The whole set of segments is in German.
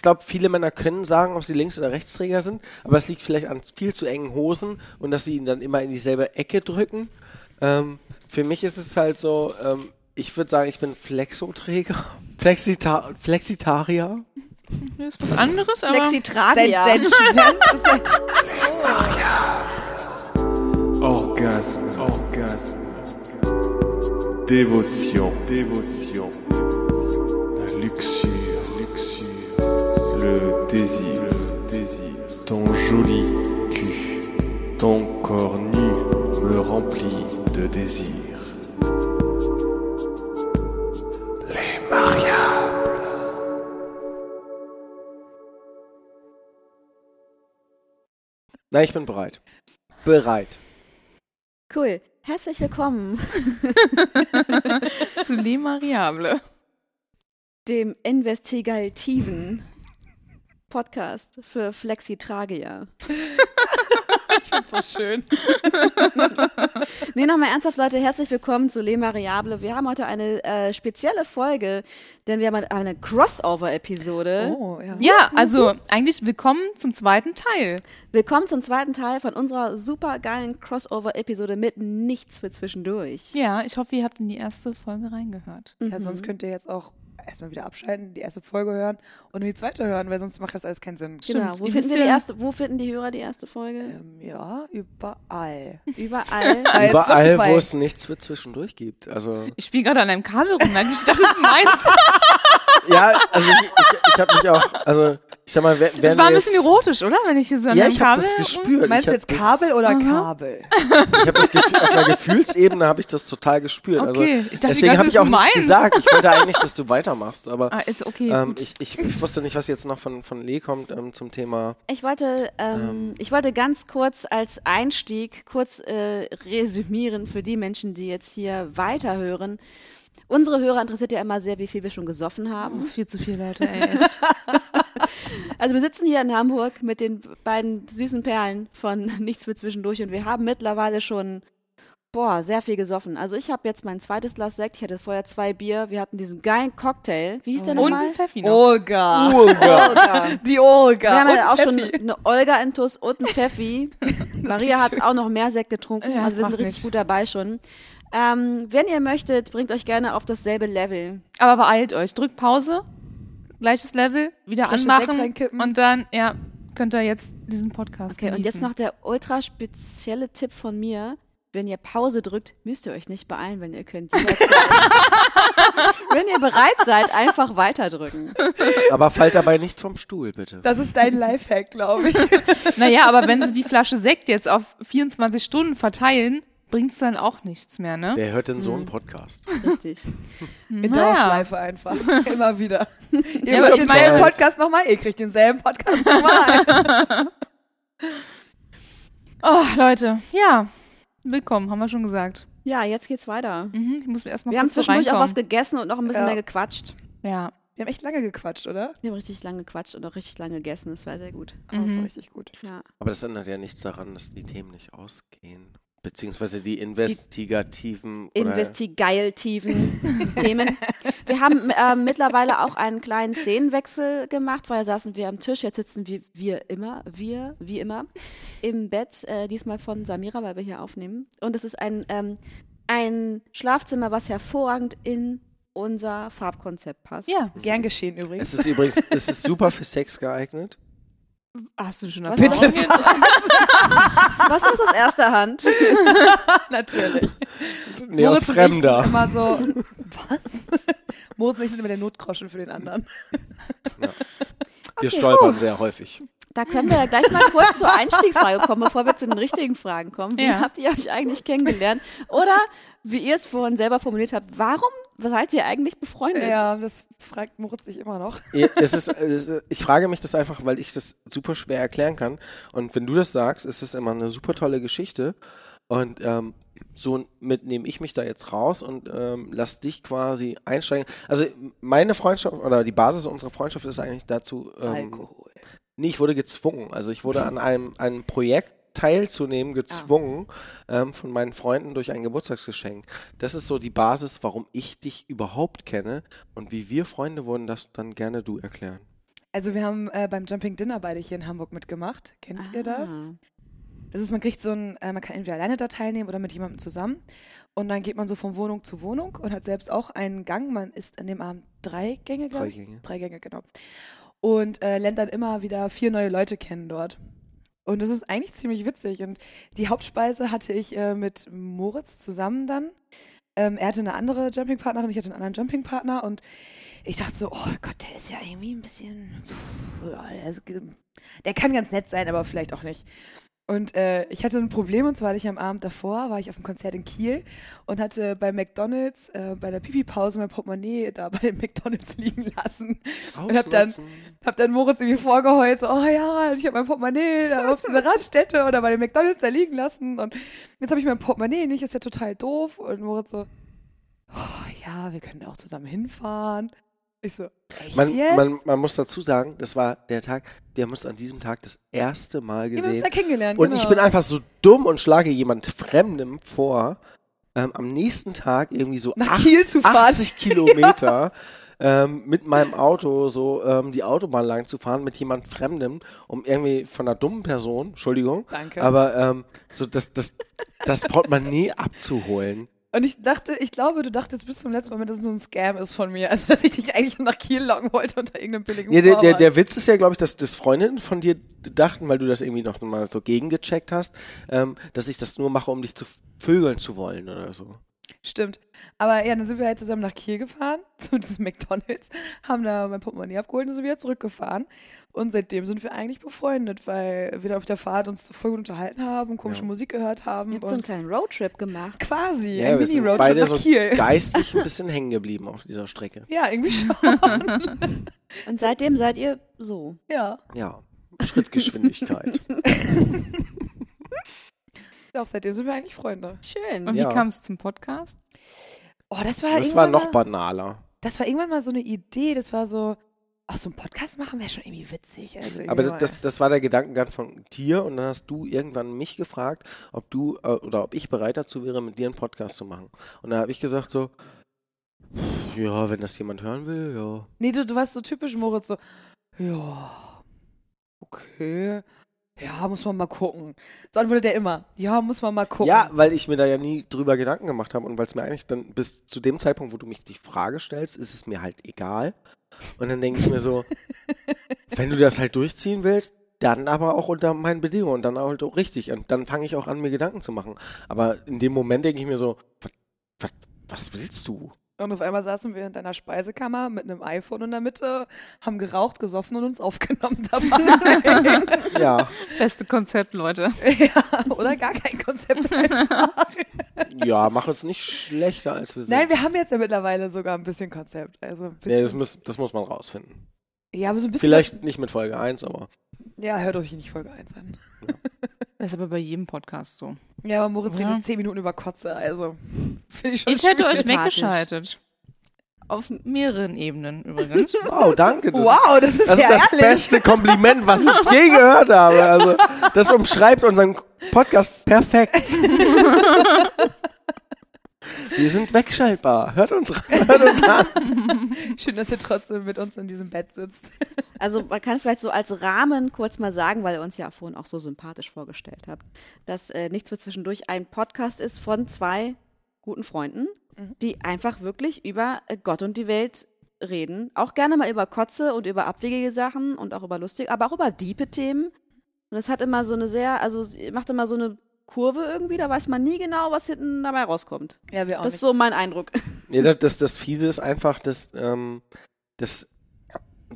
Ich glaube, viele Männer können sagen, ob sie Links- oder Rechtsträger sind, aber das liegt vielleicht an viel zu engen Hosen und dass sie ihn dann immer in dieselbe Ecke drücken. Ähm, für mich ist es halt so, ähm, ich würde sagen, ich bin Flexoträger, Flexita Flexitarier. Das ist was anderes, aber. Lexitragia. dein Schwert ist ein Orgasme. Orgasme. Dévotion. Dévotion. La luxure. Luxure. Le désir. Le désir. Ton joli cul. Ton corps nu me remplit de désir. Les mariables. Nein, ich bin bereit. Bereit. Cool. Herzlich willkommen zu Le Mariable. dem investigativen Podcast für Flexitragia. so schön. Nee, nochmal ernsthaft, Leute, herzlich willkommen zu Le Mariable. Wir haben heute eine äh, spezielle Folge, denn wir haben eine Crossover-Episode. Oh, ja. Ja, also eigentlich willkommen zum zweiten Teil. Willkommen zum zweiten Teil von unserer supergeilen Crossover-Episode mit Nichts für zwischendurch. Ja, ich hoffe, ihr habt in die erste Folge reingehört. ja, sonst könnt ihr jetzt auch erstmal wieder abschalten, die erste Folge hören und dann die zweite hören, weil sonst macht das alles keinen Sinn. Genau, Stimmt. wo Ihr finden, wisst wir die ja- erste, wo finden die Hörer die erste Folge? Ähm, ja, überall. Überall. Ah, Bei Überall, Spotify. wo es nichts für zwischendurch gibt. Also, Ich spiele gerade an einem Kabel rum, merke ich, das ist meins. ja, also ich, ich, ich habe mich auch, also ich sag mal, wer, Das wenn war ein wir bisschen jetzt- erotisch, oder? Wenn ich hier so an Ja, einem ich habe Kabel. das gespürt. Meinst du ich jetzt Kabel oder Aha. Kabel? Ich habe das Gefühl, auf einer Gefühlsebene habe ich das total gespürt. Also, Okay, ich dachte, die deswegen ganze habe ich ist auch nichts meins. gesagt. Ich wollte eigentlich, dass du weitermachst, aber Ah, ist okay. ähm, gut. ich, ich, ich wusste nicht, was jetzt noch von, von Lee kommt ähm, zum Thema. Ich wollte, ähm, ich wollte ganz kurz als Einstieg kurz äh, resümieren für die Menschen, die jetzt hier weiterhören. Unsere Hörer interessiert ja immer sehr, wie viel wir schon gesoffen haben. Oh, viel zu viel, Leute, ey. Echt. Also wir sitzen hier in Hamburg mit den beiden süßen Perlen von Nichts für zwischendurch und wir haben mittlerweile schon, boah, sehr viel gesoffen. Also ich habe jetzt mein zweites Glas Sekt, ich hatte vorher zwei Bier, wir hatten diesen geilen Cocktail. Wie hieß der Und nochmal? ein Pfeffi Oh. noch. Mhm. Olga. Olga. Die Olga. Wir haben Und ja auch Pfeffi. schon eine Olga Intus und einen Pfeffi. Maria hat auch noch mehr Sekt getrunken. Ja, also wir sind mach richtig nicht. gut dabei schon. Ähm, wenn ihr möchtet, bringt euch gerne auf dasselbe Level. Aber beeilt euch. Drückt Pause, gleiches Level, wieder Flasche Sekt anmachen. reinkippen. Und dann, ja, könnt ihr jetzt diesen Podcast Okay, und jetzt genießen. noch der ultra spezielle Tipp von mir. Wenn ihr Pause drückt, müsst ihr euch nicht beeilen, wenn ihr könnt. jederzeit. wenn ihr bereit seid, einfach weiterdrücken. Aber fall dabei nicht vom Stuhl, bitte. Das ist dein Lifehack, glaube ich. Naja, aber wenn sie die Flasche Sekt jetzt auf 24 Stunden verteilen, bringt's dann auch nichts mehr, ne? Hm. Wer hört denn so einen Podcast? Richtig. In Dauerschleife einfach. Immer wieder. Ihr aber hört ich denselben meine- Podcast nochmal, ihr kriegt denselben Podcast nochmal. Oh, Leute, ja. Willkommen, haben wir schon gesagt. Ja, jetzt geht's weiter. Mhm, ich muss mir erstmal Wir haben kurz so zwischendurch auch was reinkommen. gegessen und noch ein bisschen Ja. mehr gequatscht. Ja, Wir haben echt lange gequatscht, oder? Wir haben richtig lange gequatscht und auch richtig lange gegessen. Das war sehr gut. Oh, Das war Mhm. richtig gut. Ja. Aber das ändert ja nichts daran, dass die Themen nicht ausgehen. Beziehungsweise die investigativen oder investigativen Themen. Wir haben äh, mittlerweile auch einen kleinen Szenenwechsel gemacht. Vorher saßen wir am Tisch, jetzt sitzen wir, wir immer, wir, wie immer, im Bett, äh, diesmal von Samira, weil wir hier aufnehmen. Und es ist ein, ähm, ein Schlafzimmer, was hervorragend in unser Farbkonzept passt. ja. Gern geschehen übrigens. es ist übrigens, es ist super für Sex geeignet. Hast du schon Was Erfahrung bitte? mit- Was ist aus erster Hand? Natürlich. Nee, aus Moritz und ich sind Fremder. Immer so, was? Moritz und ich sind immer der Notgroschen für den anderen. Wir stolpern Oh. sehr häufig. Da können wir ja gleich mal kurz zur Einstiegsfrage kommen, bevor wir zu den richtigen Fragen kommen. Wie Ja. habt ihr euch eigentlich kennengelernt? Oder, wie ihr es vorhin selber formuliert habt, warum seid ihr eigentlich befreundet? Ja, das fragt Moritz sich immer noch. Ja, Äh, es ist, es ist, ich frage mich das einfach, weil ich das super schwer erklären kann. Und wenn du das sagst, ist es immer eine super tolle Geschichte. Und ähm, so mit nehme ich mich da jetzt raus und ähm, lass dich quasi einsteigen. Also meine Freundschaft oder die Basis unserer Freundschaft ist eigentlich dazu. Ähm, Alkohol. Nee, ich wurde gezwungen. Also ich wurde an einem, einem Projekt teilzunehmen, gezwungen ähm, von meinen Freunden durch ein Geburtstagsgeschenk. Das ist so die Basis, warum ich dich überhaupt kenne. Und wie wir Freunde wurden, das dann gerne du erklären. Also wir haben äh, beim Jumping Dinner beide hier in Hamburg mitgemacht. Kennt ihr das? Ah. Das ist, man kriegt so ein, äh, man kann entweder alleine da teilnehmen oder mit jemandem zusammen. Und dann geht man so von Wohnung zu Wohnung und hat selbst auch einen Gang. Man isst an dem Abend drei Gänge, glaube Drei ich. Gänge. Drei Gänge, genau. Und äh, lernt dann immer wieder vier neue Leute kennen dort. Und das ist eigentlich ziemlich witzig. Und die Hauptspeise hatte ich äh, mit Moritz zusammen dann. Ähm, er hatte eine andere Jumping-Partnerin, ich hatte einen anderen Jumping-Partner. Und ich dachte so, oh Gott, der ist ja irgendwie ein bisschen... Puh, ja, der, ist, der kann ganz nett sein, aber vielleicht auch nicht. Und äh, ich hatte ein Problem, und zwar hatte ich am Abend davor, war ich auf einem Konzert in Kiel und hatte bei McDonalds, äh, bei der Pipi-Pause mein Portemonnaie da bei dem McDonalds liegen lassen. Und hab dann, hab dann Moritz irgendwie vorgeheult, so, oh ja, ich habe mein Portemonnaie da auf dieser Raststätte oder bei dem McDonalds da liegen lassen und jetzt habe ich mein Portemonnaie nicht, ist ja total doof. Und Moritz so, oh, ja, wir können auch zusammen hinfahren. Ich so, echt Man, jetzt? man, man muss dazu sagen, das war der Tag, wir haben uns an diesem Tag das erste Mal Wir haben uns gesehen. da kennengelernt, Und genau. ich bin einfach so dumm und schlage jemand Fremdem vor, ähm, am nächsten Tag irgendwie so Nach acht- Kiel zu fahren. 80 Kilometer ähm, mit meinem Auto so ähm, die Autobahn lang zu fahren mit jemand Fremdem, um irgendwie von einer dummen Person, Entschuldigung, Danke. aber ähm, so das, das, das Portemonnaie abzuholen. Und ich dachte, ich glaube, du dachtest bis zum letzten Moment, dass es nur ein Scam ist von mir. Also, dass ich dich eigentlich nach Kiel locken wollte unter irgendeinem billigen Ja, der, der, Vorwand. der Witz ist ja, glaube ich, dass das Freundinnen von dir dachten, weil du das irgendwie noch mal so gegengecheckt hast, ähm, dass ich das nur mache, um dich zu vögeln zu wollen oder so. Stimmt. Aber ja, dann sind wir halt zusammen nach Kiel gefahren, zu diesem McDonalds, haben da mein Portemonnaie abgeholt und sind wieder zurückgefahren. Und seitdem sind wir eigentlich befreundet, weil wir da auf der Fahrt uns voll gut unterhalten haben, komische Ja. Musik gehört haben. Ihr habt so einen Und kleinen Roadtrip gemacht. quasi, wir ein sind Mini-Roadtrip beide nach so Kiel. geistig ein bisschen hängen geblieben auf dieser Strecke. Ja, irgendwie schon. Und seitdem seid ihr so. ja. Ja, Schrittgeschwindigkeit. Doch, seitdem sind wir eigentlich Freunde. Schön. Und Ja. wie kam es zum Podcast? Oh, das war das war irgendwann noch mal- banaler. das war irgendwann mal so eine Idee, das war so, ach, so einen Podcast machen wäre schon irgendwie witzig. Also Aber irgendwie das, das, das war der Gedankengang von dir und dann hast du irgendwann mich gefragt, ob du äh, oder ob ich bereit dazu wäre, mit dir einen Podcast zu machen. Und da habe ich gesagt so, "Pff, ja, wenn das jemand hören will, ja. Nee, du, du warst so typisch Moritz, so, ja, okay, ja, muss man mal gucken. So antwortet er immer, ja, muss man mal gucken. Ja, weil ich mir da ja nie drüber Gedanken gemacht habe und weil es mir eigentlich dann bis zu dem Zeitpunkt, wo du mich die Frage stellst, ist es mir halt egal. Und dann denke ich mir so, wenn du das halt durchziehen willst, dann aber auch unter meinen Bedingungen und dann halt auch richtig. Und dann fange ich auch an, mir Gedanken zu machen. Aber in dem Moment denke ich mir so, was, was, was willst du? Und auf einmal saßen wir in deiner Speisekammer mit einem iPhone in der Mitte, haben geraucht, gesoffen und uns aufgenommen dabei. Ja, Beste Konzept, Leute. ja, oder gar kein Konzept einfach. ja, mach uns nicht schlechter, als wir sind. Nein, wir haben jetzt ja mittlerweile sogar ein bisschen Konzept. Also ein bisschen, nee, das, muss, das muss man rausfinden. ja, aber so ein bisschen. Vielleicht nicht mit Folge 1, aber Ja, hört euch nicht Folge 1 an. Das ist aber bei jedem Podcast so. Ja, aber Moritz Ja. redet 10 Minuten über Kotze, also. Finde ich schon Ich hätte euch schwierig. weggeschaltet. Auf mehreren Ebenen übrigens. wow, danke. Das ist Wow, das ist Das ja ist das ehrlich. beste Kompliment, was ich je gehört habe. Also, das umschreibt unseren Podcast perfekt. Wir sind wegschaltbar. Hört uns, hört uns an. Schön, dass ihr trotzdem mit uns in diesem Bett sitzt. Also man kann vielleicht so als Rahmen kurz mal sagen, weil ihr uns ja vorhin auch so sympathisch vorgestellt habt, dass äh, nichts für zwischendurch ein Podcast ist von zwei guten Freunden, die einfach wirklich über äh, Gott und die Welt reden. Auch gerne mal über Kotze und über abwegige Sachen und auch über lustige, aber auch über diepe Themen. Und es hat immer so eine sehr, also sie macht immer so eine Kurve irgendwie, da weiß man nie genau, was hinten dabei rauskommt. Ja, wir das ist so mein Eindruck. Nee, das, das, das Fiese ist einfach, dass, ähm, dass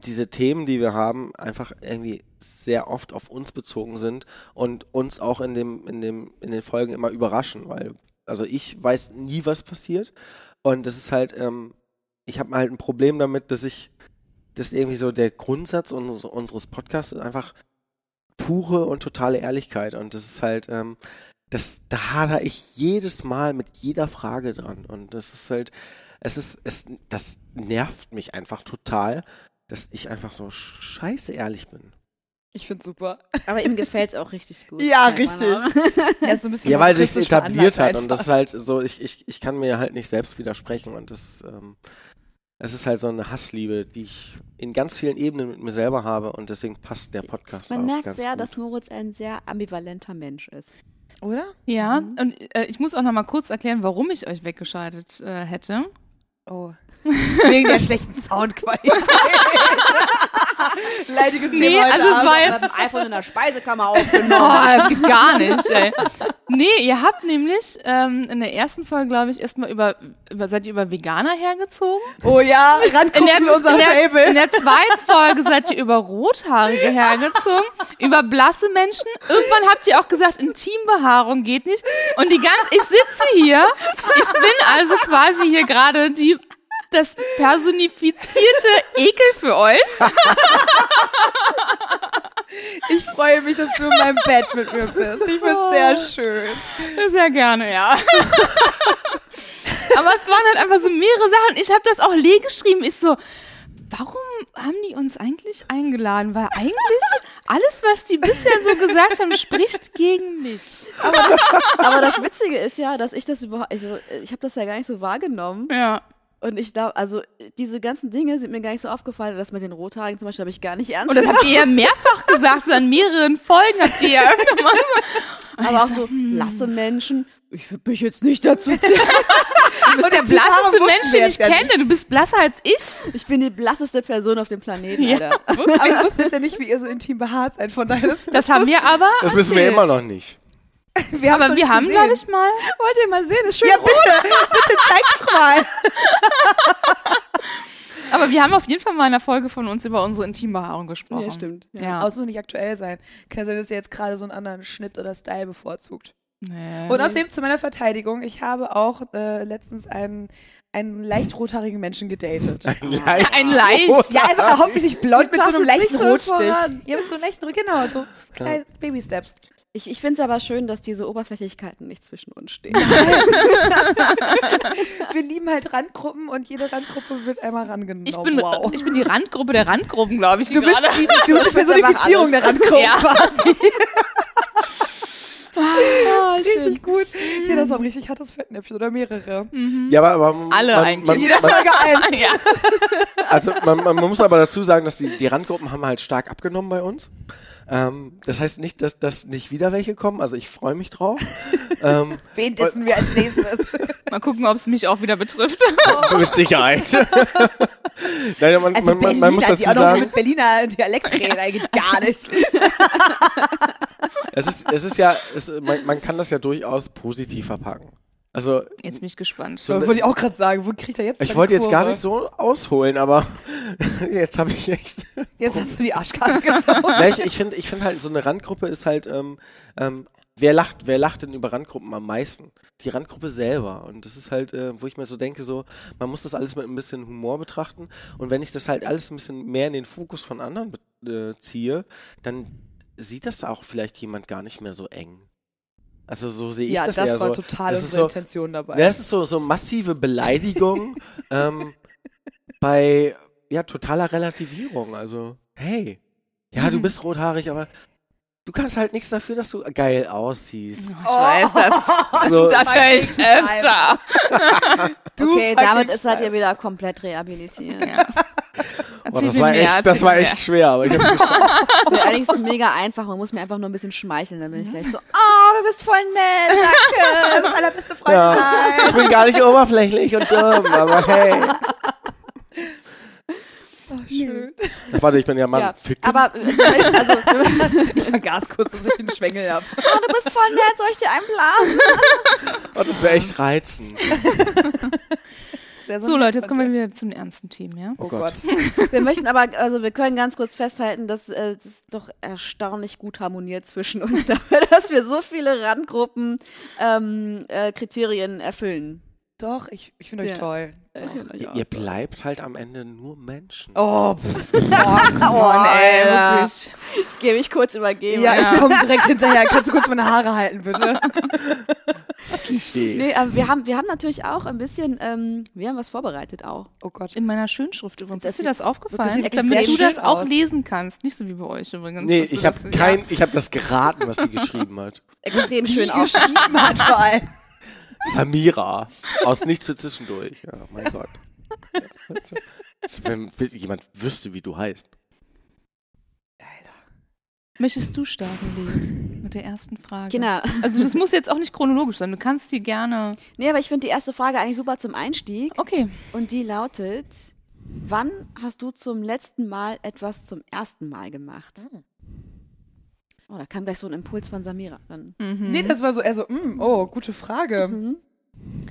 diese Themen, die wir haben, einfach irgendwie sehr oft auf uns bezogen sind und uns auch in, dem, in, dem, in den Folgen immer überraschen, weil also ich weiß nie, was passiert und das ist halt, ähm, ich habe halt ein Problem damit, dass ich, dass irgendwie so der Grundsatz unseres, unseres Podcasts ist einfach pure und totale Ehrlichkeit und das ist halt, ähm, das, da hader ich jedes Mal mit jeder Frage dran. Und das ist halt, es ist, es, das nervt mich einfach total, dass ich einfach so scheiße ehrlich bin. Ich find's super. Aber ihm gefällt es auch richtig gut. Ja, merkt man richtig. auch. Er ist so ein bisschen Ja, weil sich's narzisstisch etabliert veranlagt hat. Und einfach. das ist halt so, ich, ich, ich kann mir halt nicht selbst widersprechen. Und das, ähm, Es ist halt so eine Hassliebe, die ich in ganz vielen Ebenen mit mir selber habe und deswegen passt der Podcast Man auch merkt ganz sehr, gut. dass Moritz ein sehr ambivalenter Mensch ist. Oder? Ja, und äh, ich muss auch noch mal kurz erklären, warum ich euch weggeschaltet äh, hätte. Oh. Wegen der schlechten Soundqualität. Leidiges Nee, Thema. heute also es Abend. war jetzt- ein iPhone in der Speisekammer aufgenommen. Boah, das Oh, geht gar nicht, ey. Nee, ihr habt nämlich ähm, in der ersten Folge, glaube ich, erstmal über, über, seid ihr über Veganer hergezogen. Oh ja, ran In der, in unser in, der, in Label. der zweiten Folge seid ihr über Rothaarige hergezogen, über blasse Menschen. Irgendwann habt ihr auch gesagt, Intimbehaarung geht nicht. Und die ganz, ich sitze hier, ich bin also quasi hier gerade die, das personifizierte Ekel für euch. Ich freue mich, dass du in meinem Bett mit mir bist. Ich find's sehr schön. Sehr gerne, ja. Aber es waren halt einfach so mehrere Sachen. Ich habe das auch Lee geschrieben. Ich so, warum haben die uns eigentlich eingeladen? Weil eigentlich alles, was die bisher so gesagt haben, spricht gegen mich. Aber das Witzige ist ja, dass ich das überhaupt, also ich habe das ja gar nicht so wahrgenommen. Ja. Und ich glaube, also diese ganzen Dinge sind mir gar nicht so aufgefallen. Das mit den Rothaarigen zum Beispiel habe ich gar nicht ernst Und das habt ihr ja mehrfach gesagt, so an mehreren Folgen habt ihr ja öfter mal so. Aber auch so, hm. lasse Menschen, ich würde mich jetzt nicht dazu zählen. Du bist der die Haare blasseste wussten Mensch, wir den jetzt ich gar kenne. Du bist blasser als ich. Ich bin die blasseste Person auf dem Planeten, Ja. Alter. Aber ich wusste jetzt ja nicht, wie ihr so intim behaart seid. Von daher, das, Das haben wir aber. Das wissen wir erzählt. immer noch nicht. wir Aber wir haben, glaube ich, mal. Wollt ihr mal sehen, ist schön Ja, bitte, bitte zeig doch mal. Aber wir haben auf jeden Fall mal in einer Folge von uns über unsere Intimbehaarung gesprochen. Nee, stimmt. Ja. Ja. Außer nicht aktuell sein. Kann ja sein, dass ihr jetzt gerade so einen anderen Schnitt oder Style bevorzugt. Nee. Und außerdem zu meiner Verteidigung, ich habe auch äh, letztens einen, einen leicht rothaarigen Menschen gedatet. Ein Leicht. Ein Leicht. Ja, einfach hauptsächlich blond mit so einem tastet leichten sich so Rotstich. voran. Ja, mit so einem leichten Rücken, genau, so kleine Baby-Steps. Ich, ich finde es aber schön, dass diese Oberflächlichkeiten nicht zwischen uns stehen. Wir lieben halt Randgruppen und jede Randgruppe wird einmal rangenommen. ich, bin, wow. ich bin die Randgruppe der Randgruppen, glaube ich. du, bist gerade. die, du bist die Personifizierung der Randgruppe Ja. quasi. Ah, schön. Richtig gut. Hier, das war ein richtig hartes Fettnäpfchen oder mehrere. Mhm. Ja, aber, aber man- Alle man, eigentlich. Man, Jeder man, Folge eins. ja. also man, man muss aber dazu sagen, dass die, die Randgruppen haben halt stark abgenommen bei uns. Ähm, das heißt nicht, dass, dass nicht wieder welche kommen. Also ich freue mich drauf. ähm, Wen dissen wir als nächstes? Mal gucken, ob es mich auch wieder betrifft. mit Sicherheit. Nein, man, man, man, man muss Berliner, dazu Also die auch noch sagen, Also mit Berliner Dialekt reden, eigentlich gar nicht. es ist, es ist ja, es, man, man kann das ja durchaus positiv verpacken. Also Jetzt bin ich gespannt. So, wollte ich auch gerade sagen, wo kriegt er jetzt ich seine wollte jetzt gar Kurve? nicht so ausholen, aber jetzt habe ich echt. Jetzt hast du die Arschkarte gezogen. Ja, ich ich finde ich find halt, so eine Randgruppe ist halt, ähm, ähm, wer lacht, wer lacht denn über Randgruppen am meisten? Die Randgruppe selber. Und das ist halt, äh, wo ich mir so denke, so, man muss das alles mit ein bisschen Humor betrachten. Und wenn ich das halt alles ein bisschen mehr in den Fokus von anderen be- äh, ziehe, dann sieht das auch vielleicht jemand gar nicht mehr so eng. Also so sehe ich ja, das, das, eher war so. total das ist unsere so, Intention dabei. Ja, es ist so, so massive Beleidigung ähm, bei ja, totaler Relativierung. Also, hey, ja, du Mhm. bist rothaarig, aber du kannst halt nichts dafür, dass du geil aussiehst. Ich weiß, Oh. das, So, das höre ich öfter. Du Okay, fragst damit mich ist, halt seid mal. ihr wieder komplett rehabilitiert. Ja. boah, Erzähl Oh, das, mir war mehr, echt, das erzähl war mir echt schwer, aber ich hab's geschafft. Und Allerdings ist es mega einfach. Man muss mir einfach nur ein bisschen schmeicheln. Dann bin ich gleich so, oh, du bist voll nett, danke. Das allerbeste Freund Ja. Ich bin gar nicht oberflächlich und dumm, aber hey. Oh, Schön. Ach, warte, ich bin ja Mann. Ja, Ficken. aber äh, also, Ich vergaß kurz, dass ich den Schwengel habe. oh, du bist voll nett, soll ich dir einblasen? Oh, das wäre echt reizend. So, Leute, jetzt kommen wir wieder zum ernsten Team, ja? Oh Gott. Gott. Wir möchten aber, also wir können ganz kurz festhalten, dass äh, das doch erstaunlich gut harmoniert zwischen uns, dafür, dass wir so viele Randgruppen ähm, äh, Kriterien erfüllen. Doch, ich, ich finde euch Ja. toll. Äh, Ihr, ihr bleibt halt am Ende nur Menschen. Oh, pff. oh, Mann, ey, Alter. wirklich. Ich gehe mich kurz übergeben. Ja, Ja. ich komme direkt hinterher. Kannst du kurz meine Haare halten, bitte? Klischee. Nee, aber wir haben, wir haben natürlich auch ein bisschen, ähm, wir haben was vorbereitet auch. Oh Gott. In meiner Schönschrift übrigens. Das ist dir sieht- das das aufgefallen? sieht echt Damit sehr du das schön auch aus. lesen kannst. Nicht so wie bei euch übrigens. Nee, dass du ich habe das- kein, ich habe das geraten, was die geschrieben hat. Extrem Die schön auch. geschrieben hat vor allem. Samira. Aus nichts für zwischendurch. Ja, mein Gott. Also, Wenn jemand wüsste, wie du heißt. Möchtest du starten, Lee? Mit der ersten Frage. Genau. Also das muss jetzt auch nicht chronologisch sein. Du kannst hier gerne. Nee, aber ich finde die erste Frage eigentlich super zum Einstieg. Okay. Und die lautet: Wann hast du zum letzten Mal etwas zum ersten Mal gemacht? Hm. Oh, da kam gleich so ein Impuls von Samira ran. Mhm. Nee, das war so eher so, mm, oh, gute Frage. Ähm, Mhm.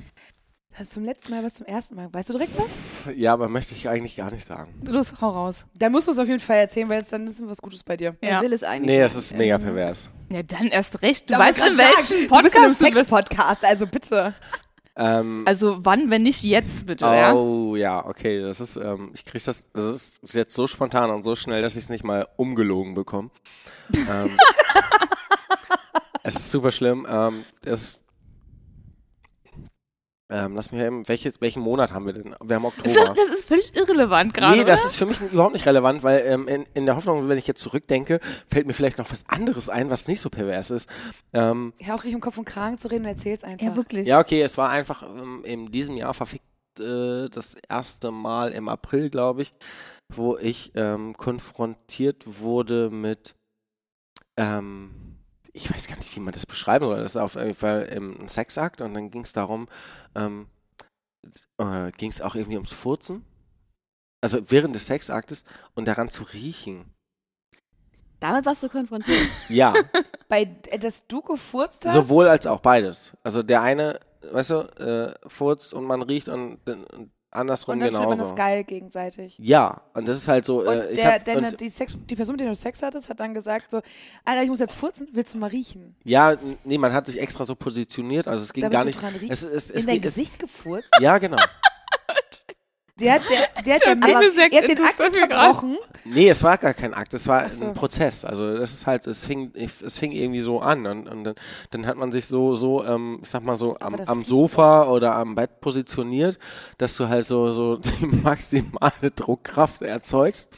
Das ist zum letzten Mal was zum ersten Mal. Weißt du direkt was? Ja, aber möchte ich eigentlich gar nicht sagen. Los, hau raus. Dann musst du es auf jeden Fall erzählen, weil jetzt dann ist was Gutes bei dir. Wer will es eigentlich? Nee, das ist mega pervers. Ja, dann erst recht. Du Da weißt, wollte in ich grad welchem sagen, du bist in einem Podcast du bist. Sex-Podcast, also bitte. Ähm, Also wann, wenn nicht jetzt, bitte, ja? oh ja, okay, das ist, ähm, ich krieg das, das ist- ist jetzt so spontan und so schnell, dass ich es nicht mal umgelogen bekomme. Ähm, es ist super schlimm. Ähm, es, ähm, lass mich eben, welche, welchen Monat haben wir denn? Wir haben Oktober. Ist das, das ist völlig irrelevant gerade. nee, das oder? ist für mich überhaupt nicht relevant, weil ähm, in, in der Hoffnung, wenn ich jetzt zurückdenke, fällt mir vielleicht noch was anderes ein, was nicht so pervers ist. Ähm, Hör auf, dich um Kopf und Kragen zu reden und erzähl's einfach. Ja, wirklich. ja, okay, es war einfach ähm, in diesem Jahr verfickt äh, das erste Mal im April, glaube ich, wo ich ähm, konfrontiert wurde mit, ähm, ich weiß gar nicht, wie man das beschreiben soll. Das ist auf jeden Fall ähm, ein Sexakt und dann ging es darum, ähm, äh, ging es auch irgendwie ums Furzen. Also während des Sexaktes und daran zu riechen. Damit warst du konfrontiert. Ja, Bei, äh, dass du gefurzt hast? Sowohl als auch beides. Also der eine, weißt du, äh, furzt und man riecht und, dann- und andersrum Und dann findet man genauso. das geil gegenseitig. Ja, und das ist halt so. Und, äh, ich der, hab, denn und die, Sex, die Person, mit der du Sex hattest, hat dann gesagt so, Alter, ich muss jetzt furzen, willst du mal riechen? ja, n- nee, man hat sich extra so positioniert, also es ging Damit gar du nicht. dran riechst. Es, es, es, In dein ging- es, Gesicht gefurzt? ja, genau. Der, hat- der, der hat hab den, so aber, eine sehr ihr habt den Akt interessante Frage. unterbrochen. Nee, es war gar kein Akt, es war Ach so. ein Prozess. Also das ist halt, es fing, es fing irgendwie so an und, und dann, dann hat man sich so, so, ähm, ich sag mal so am, das am riecht Sofa oder am Bett positioniert, dass du halt so, so die maximale Druckkraft erzeugst.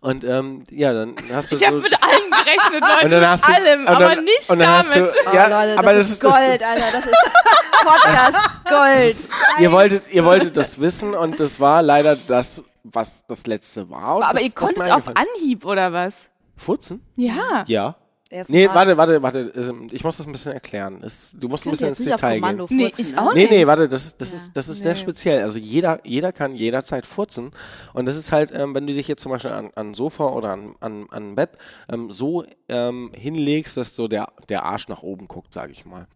Und ähm, ja, dann hast du Ich habe so, mit allem gerechnet, Leute. und dann mit hast du, allem, und dann, aber nicht und dann damit. Hast du, Oh, ja, Leute, aber das, das ist Gold, Alter. Das ist Podcast Gold. ihr wolltet, ihr wolltet das wissen und das war leider das, was das letzte war. und aber das, ihr was mir konntet auf eingefallen- Anhieb, oder was? Furzen? Ja. Ja. Der ist Nee, smart. warte, warte, warte. ähm, Ich muss das ein bisschen erklären. Es- Du musst ein Kannst bisschen jetzt ins nicht auf Detail Kommando gehen. furzen, Nee, ich auch ne? Nee, nee, nicht. warte, das ist, das Ja. ist, das ist sehr Nee. speziell. Also jeder, jeder kann jederzeit furzen. Und das ist halt, ähm, wenn du dich jetzt zum Beispiel an, an Sofa oder an, an, an Bett ähm, so ähm, hinlegst, dass so der, der Arsch nach oben guckt, sage ich mal.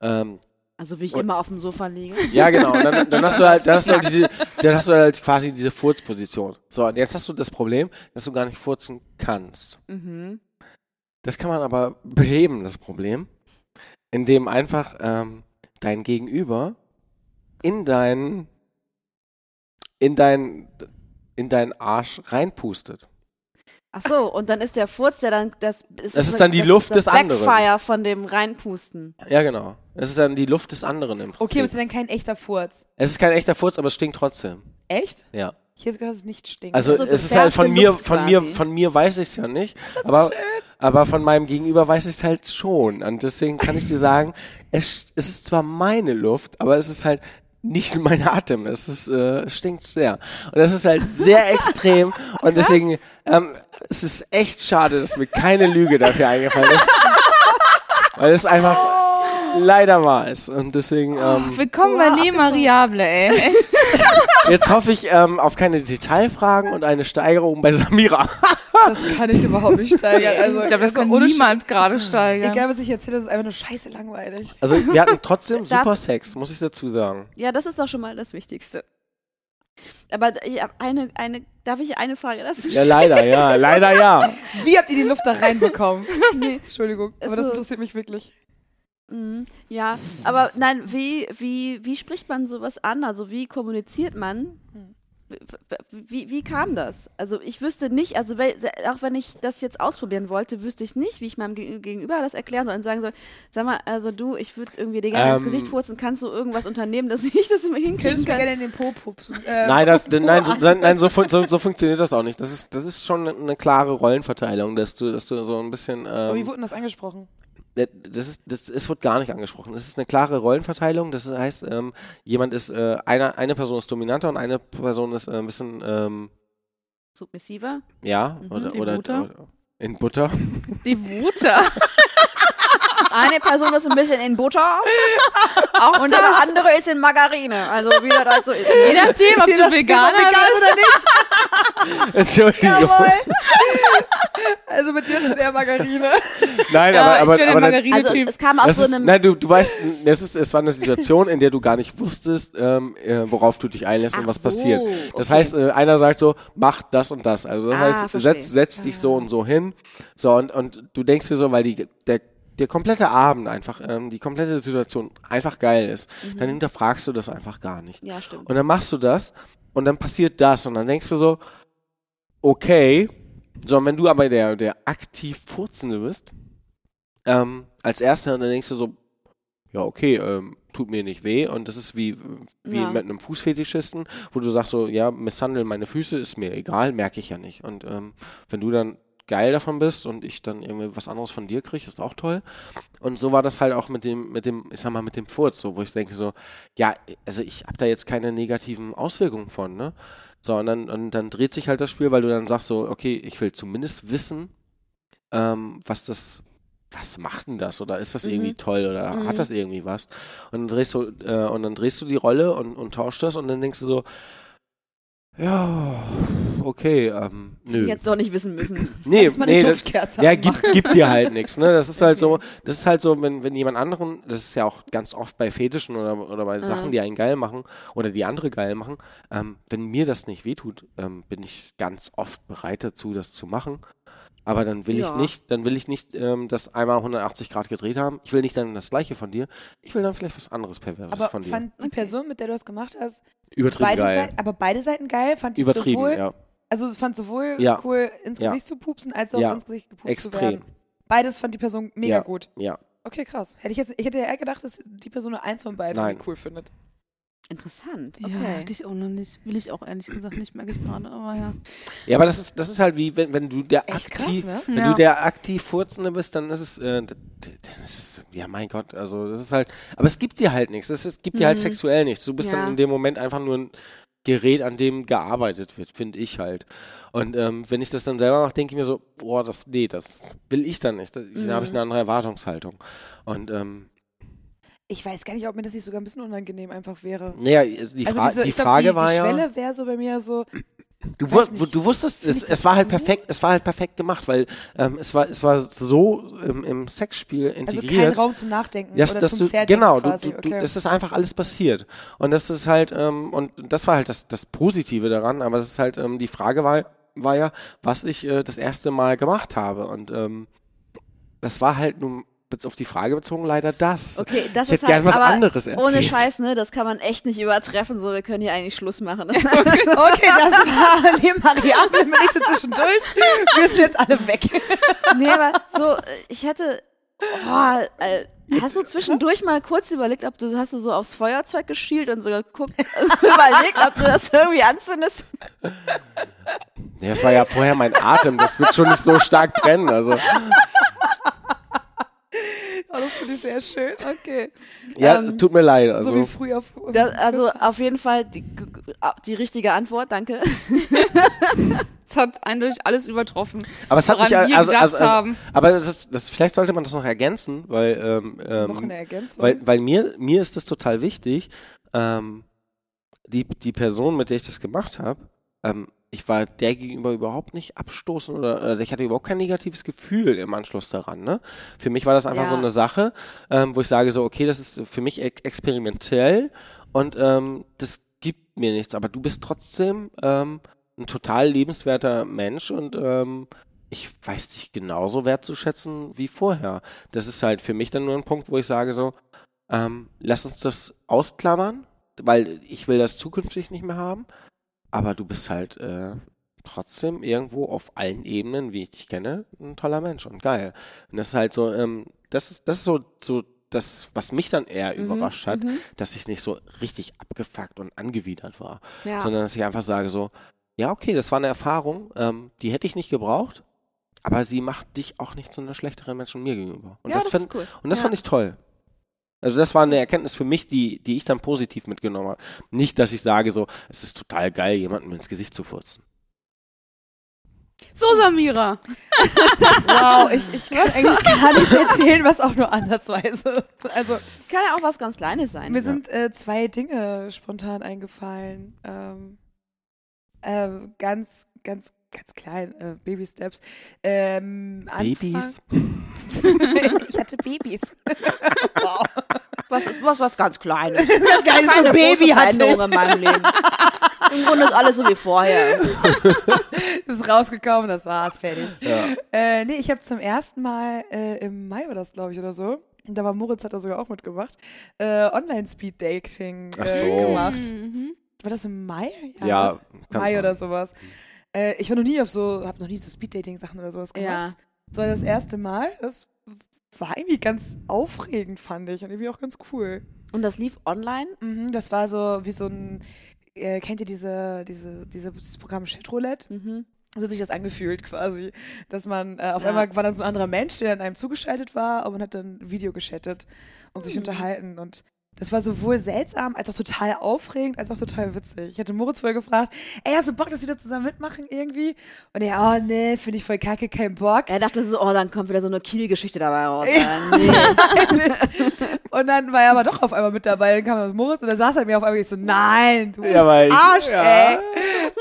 Ähm, Also wie ich Und- immer auf dem Sofa liege. ja, genau. Und dann, dann hast du halt, dann hast du halt diese, dann hast du halt quasi diese Furzposition. So, und jetzt hast du das Problem, dass du gar nicht furzen kannst. Mhm. Das kann man aber beheben, das Problem, indem einfach ähm, dein Gegenüber in deinen in deinen in deinen Arsch reinpustet. Ach so, und dann ist der Furz, der dann das ist Das ist dann die Luft das des anderen. Backfire von dem reinpusten. Ja, genau. Es ist dann die Luft des anderen im Okay, Prinzip. aber ist dann kein echter Furz. es ist kein echter Furz, aber es stinkt trotzdem. Echt? Ja. Ich hätte gedacht, es nicht stinkt. Also ist so es ist halt von gefärbte mir, Luft von mir, quasi. von mir weiß ich es ja nicht, aber, aber von meinem Gegenüber weiß ich es halt schon. Und deswegen kann ich dir sagen, es, es ist zwar meine Luft, aber es ist halt nicht mein Atem. Es ist, äh, stinkt sehr. Und das ist halt sehr extrem. Und deswegen, ähm, es ist echt schade, dass mir keine Lüge dafür eingefallen ist. Weil es einfach Oh. leider wahr ist. Und deswegen, ähm, Willkommen bei Nee Mariable, ey. jetzt hoffe ich ähm, auf keine Detailfragen und eine Steigerung bei Samira. das kann ich überhaupt nicht steigern. Also, ich glaube, das also kann ohne niemand gerade Sch- steigern. Egal, was ich erzähle, das ist einfach nur scheiße langweilig. Also wir hatten trotzdem Darf- super Sex, muss ich dazu sagen. Ja, das ist doch schon mal das Wichtigste. Aber d- ja, eine, eine, darf ich eine Frage dazu Ja, leider, ja, leider ja. Wie habt ihr die Luft da reinbekommen? Nee. Entschuldigung, aber Also- das interessiert mich wirklich. Mhm, ja, aber nein, wie, wie, wie spricht man sowas an? Also wie kommuniziert man? W- w- Wie, wie kam das? Also ich wüsste nicht, also wel- se- auch wenn ich das jetzt ausprobieren wollte, wüsste ich nicht, wie ich meinem Geg- Gegenüber das erklären soll und sagen soll, sag mal, also du, ich würde irgendwie dir gerne ins Ähm. Gesicht furzen, kannst du irgendwas unternehmen, dass ich das immer hinkriegen kann? in den Po pupsen. Äh, Nein, das, nein, so, nein so, fun- so, so funktioniert das auch nicht. Das ist, das ist schon eine klare Rollenverteilung, dass du, dass du so ein bisschen. Aber wie Ähm, wurde denn das angesprochen? äh, das ist, das, es wird gar nicht angesprochen. Es ist eine klare Rollenverteilung. Das heißt, ähm, jemand ist, äh, einer, eine Person ist dominanter und eine Person ist äh, ein bisschen, ähm, Submissiver. ja, Mhm, oder, die oder, Butter. oder in Butter. Die Wute. Eine Person ist ein bisschen in Butter und der das. andere ist in Margarine. Also wie das halt so ist. Je nachdem, ob du Veganer bist. oder nicht? Entschuldigung. Jawohl. also mit dir sind eher Margarine. Nein, Ja, aber, aber, ich bin der aber dann- Also Margarine-Typ. es, es kam aus das so ist, einem... nein, du, du weißt, es, ist, es war eine Situation, in der du gar nicht wusstest, ähm, äh, worauf du dich einlässt und Ach was so, passiert. Das okay. heißt, äh, einer sagt so, mach das und das. Also das Ah, heißt, verstehe. Ah. setz, setz dich so und so hin. So, und, und du denkst dir so, weil die, der, der komplette Abend einfach, ähm, die komplette Situation einfach geil ist, dann Mhm. hinterfragst du das einfach gar nicht. ja, stimmt. Und dann machst du das und dann passiert das und dann denkst du so, okay, so und wenn du aber der, der aktiv Furzende bist, ähm, als Erster, dann denkst du so, ja, okay, ähm, tut mir nicht weh und das ist wie, wie Ja. mit einem Fußfetischisten, wo du sagst so, ja, misshandeln meine Füße ist mir egal, merke ich ja nicht. Und ähm, wenn du dann geil davon bist und ich dann irgendwie was anderes von dir kriege, ist auch toll. Und so war das halt auch mit dem, mit dem, ich sag mal, mit dem Furz, so, wo ich denke so, ja, also ich habe da jetzt keine negativen Auswirkungen von, ne? So, und dann, und dann dreht sich halt das Spiel, weil du dann sagst so, okay, ich will zumindest wissen, ähm, was das, was macht denn das? Oder ist das irgendwie toll oder hat das irgendwie was? Und dann drehst du, äh, und dann drehst du die Rolle und, und tauschst das und dann denkst du so, ja, okay, ähm, nö. Jetzt doch nicht wissen müssen. nee, Lass mal eine das- Duftkerze ja, anmachen. gibt, gibt dir halt nichts, ne? Das ist halt so, das ist halt so, wenn, wenn jemand anderen, das ist ja auch ganz oft bei Fetischen oder, oder bei Sachen, die einen geil machen oder die andere geil machen, ähm, wenn mir das nicht wehtut, ähm, bin ich ganz oft bereit dazu, das zu machen. Aber dann will ich Ja. nicht, dann will ich nicht ähm, das einmal 180 Grad gedreht haben. Ich will nicht dann das gleiche von dir. Ich will dann vielleicht was anderes Perverses Aber von dir. fand die Person, mit der du das gemacht hast, Übertrieben beide geil. Seiten, aber beide Seiten geil, fand ich Übertrieben, sowohl, ja. also es fand sowohl Ja. cool, ins Ja. Gesicht zu pupsen, als auch Ja. ins Gesicht gepupst zu Extrem. werden. Beides fand die Person mega ja, gut. Ja. Okay, krass. Hätte ich, jetzt, ich hätte ja eher gedacht, dass die Person nur eins von beiden Nein. cool findet. Interessant. Ja, Okay. hatte ich auch noch nicht. Will ich auch ehrlich gesagt nicht, merke ich gerade. Aber ja. Ja, aber das ist, das ist halt wie, wenn, wenn du der Echt krass, aktiv, ne? wenn Ja. du der aktiv Furzende bist, dann ist es, äh, d- d- dann ist es, ja mein Gott, also das ist halt, aber es gibt dir halt nichts, es ist, gibt dir halt Mhm. sexuell nichts. Du bist Ja. dann in dem Moment einfach nur ein Gerät, an dem gearbeitet wird, finde ich halt. Und ähm, wenn ich das dann selber mache, denke ich mir so, boah, das, nee, das will ich dann nicht. Da, da Mhm. habe ich eine andere Erwartungshaltung. Und ähm, Ich weiß gar nicht, ob mir das nicht sogar ein bisschen unangenehm einfach wäre. naja, die, Fra Also diese, die ich glaub, Frage die, war die ja. Schwelle wäre so bei mir so, also Du, Weiß wu- nicht. du wusstest, es, ich das es war halt gut? perfekt, es war halt perfekt gemacht, weil ähm, es war, es war so im, im Sexspiel also integriert. kein Raum zum Nachdenken dass, oder dass zum du, Zerdenken genau, du, quasi. du, du, okay. es ist einfach alles passiert. Und das ist halt, ähm, und das war halt das, das Positive daran, aber es ist halt, ähm, die Frage war, war ja, was ich äh, das erste Mal gemacht habe. Und ähm, das war halt nun bez- auf die Frage bezogen leider das. Okay, das ich ist hätte gern halt, was aber anderes erzählt. ohne Scheiß, ne, das kann man echt nicht übertreffen, so wir können hier eigentlich Schluss machen. Okay, das war Leben Mariable mit nichts zwischendurch. Wir sind jetzt alle weg. nee, aber so, äh, ich hätte. Oh, äh, hast du zwischendurch mal kurz überlegt, ob du hast du so aufs Feuerzeug geschielt und sogar geguckt, also überlegt, ob du das irgendwie anzündest? Nee, das war ja vorher mein Atem, das wird schon nicht so stark brennen. Also, Oh, das finde ich sehr schön. Okay. ja, Ähm, tut mir leid. Also. so wie früher. auf- auf- Das, also auf jeden Fall die, ah, die richtige Antwort, danke. Es hat eindeutig alles übertroffen. Aber es hat woran mich ja- wir also, gedacht also, also, haben. aber das ist, das, vielleicht sollte man das noch ergänzen, weil ähm, Noch eine ähm, Ergänzung. weil, weil mir mir ist das total wichtig. Ähm, die die Person, mit der ich das gemacht habe, ähm, ich war der gegenüber überhaupt nicht abstoßen oder, oder ich hatte überhaupt kein negatives Gefühl im Anschluss daran. Ne? Für mich war das einfach Ja. so eine Sache, ähm, wo ich sage so, okay, das ist für mich e experimentell und ähm, das gibt mir nichts, aber du bist trotzdem ähm, ein total lebenswerter Mensch und ähm, ich weiß dich genauso wertzuschätzen wie vorher. Das ist halt für mich dann nur ein Punkt, wo ich sage so, ähm, lass uns das ausklammern, weil ich will das zukünftig nicht mehr haben, aber du bist halt äh, trotzdem irgendwo auf allen Ebenen, wie ich dich kenne, ein toller Mensch und geil. Und das ist halt so, ähm, das ist, das ist so, so das, was mich dann eher Mhm, Mhm. überrascht hat, dass ich nicht so richtig abgefuckt und angewidert war Ja. sondern dass ich einfach sage so, ja, okay, das war eine Erfahrung, ähm, die hätte ich nicht gebraucht, Aber sie macht dich auch nicht zu einer schlechteren Menschen mir gegenüber. Und ja, das, das fand, ist cool. und das ja. fand ich toll. Also das war eine Erkenntnis für mich, die, die ich dann positiv mitgenommen habe. Nicht, dass ich sage so, es ist total geil, jemandem ins Gesicht zu furzen. So, Samira. Wow, ich, ich kann eigentlich gar nicht erzählen, was auch nur andersweise. Also, Kann ja auch was ganz Kleines sein. mir sind äh, zwei Dinge spontan eingefallen. Ähm, ähm, ganz, ganz, ganz klein, äh, Baby-Steps. Ähm, Babys? Anfang- ich hatte Babys. wow. Was, was, was ganz Kleines. Das ist ganz Kleines, so ein Baby hatte ich. Veränderung in meinem Leben. Im Grunde ist alles so wie vorher. Ist rausgekommen, das war's, fertig. Ja. Äh, nee, ich habe zum ersten Mal äh, im Mai war das, glaube ich, oder so. Und Da war Moritz, hat da sogar auch mitgemacht. Äh, Online-Speed-Dating äh, Ach so. gemacht. Mhm. War das im Mai? Ja, ne? kann Mai sein. oder sowas. Äh, ich war noch nie auf so, habe noch nie so Speed-Dating-Sachen oder sowas gemacht. Ja. Das war das erste Mal. Das war irgendwie ganz aufregend, fand ich. Und irgendwie auch ganz cool. Und das lief online? Mhm, das war so wie so ein. Äh, kennt ihr diese, diese, dieses Programm Chatroulette? Mhm. so hat sich das angefühlt quasi, dass man äh, auf Ja. einmal war dann so ein anderer Mensch, der an einem zugeschaltet war und man hat dann ein Video geschattet und sich unterhalten und das war sowohl seltsam als auch total aufregend, als auch total witzig. Ich hatte Moritz vorher gefragt, ey, hast du Bock, dass wir da zusammen mitmachen irgendwie? Und er, oh nee, finde ich voll kacke, kein Bock. Er dachte so, oh, dann kommt wieder so eine Kiel-Geschichte dabei raus. Aber nee. Und dann war er aber doch auf einmal mit dabei. Dann kam dann Moritz und er saß halt mir auf einmal ich so, nein, du Ja, weil ich- Arsch, ja. ey.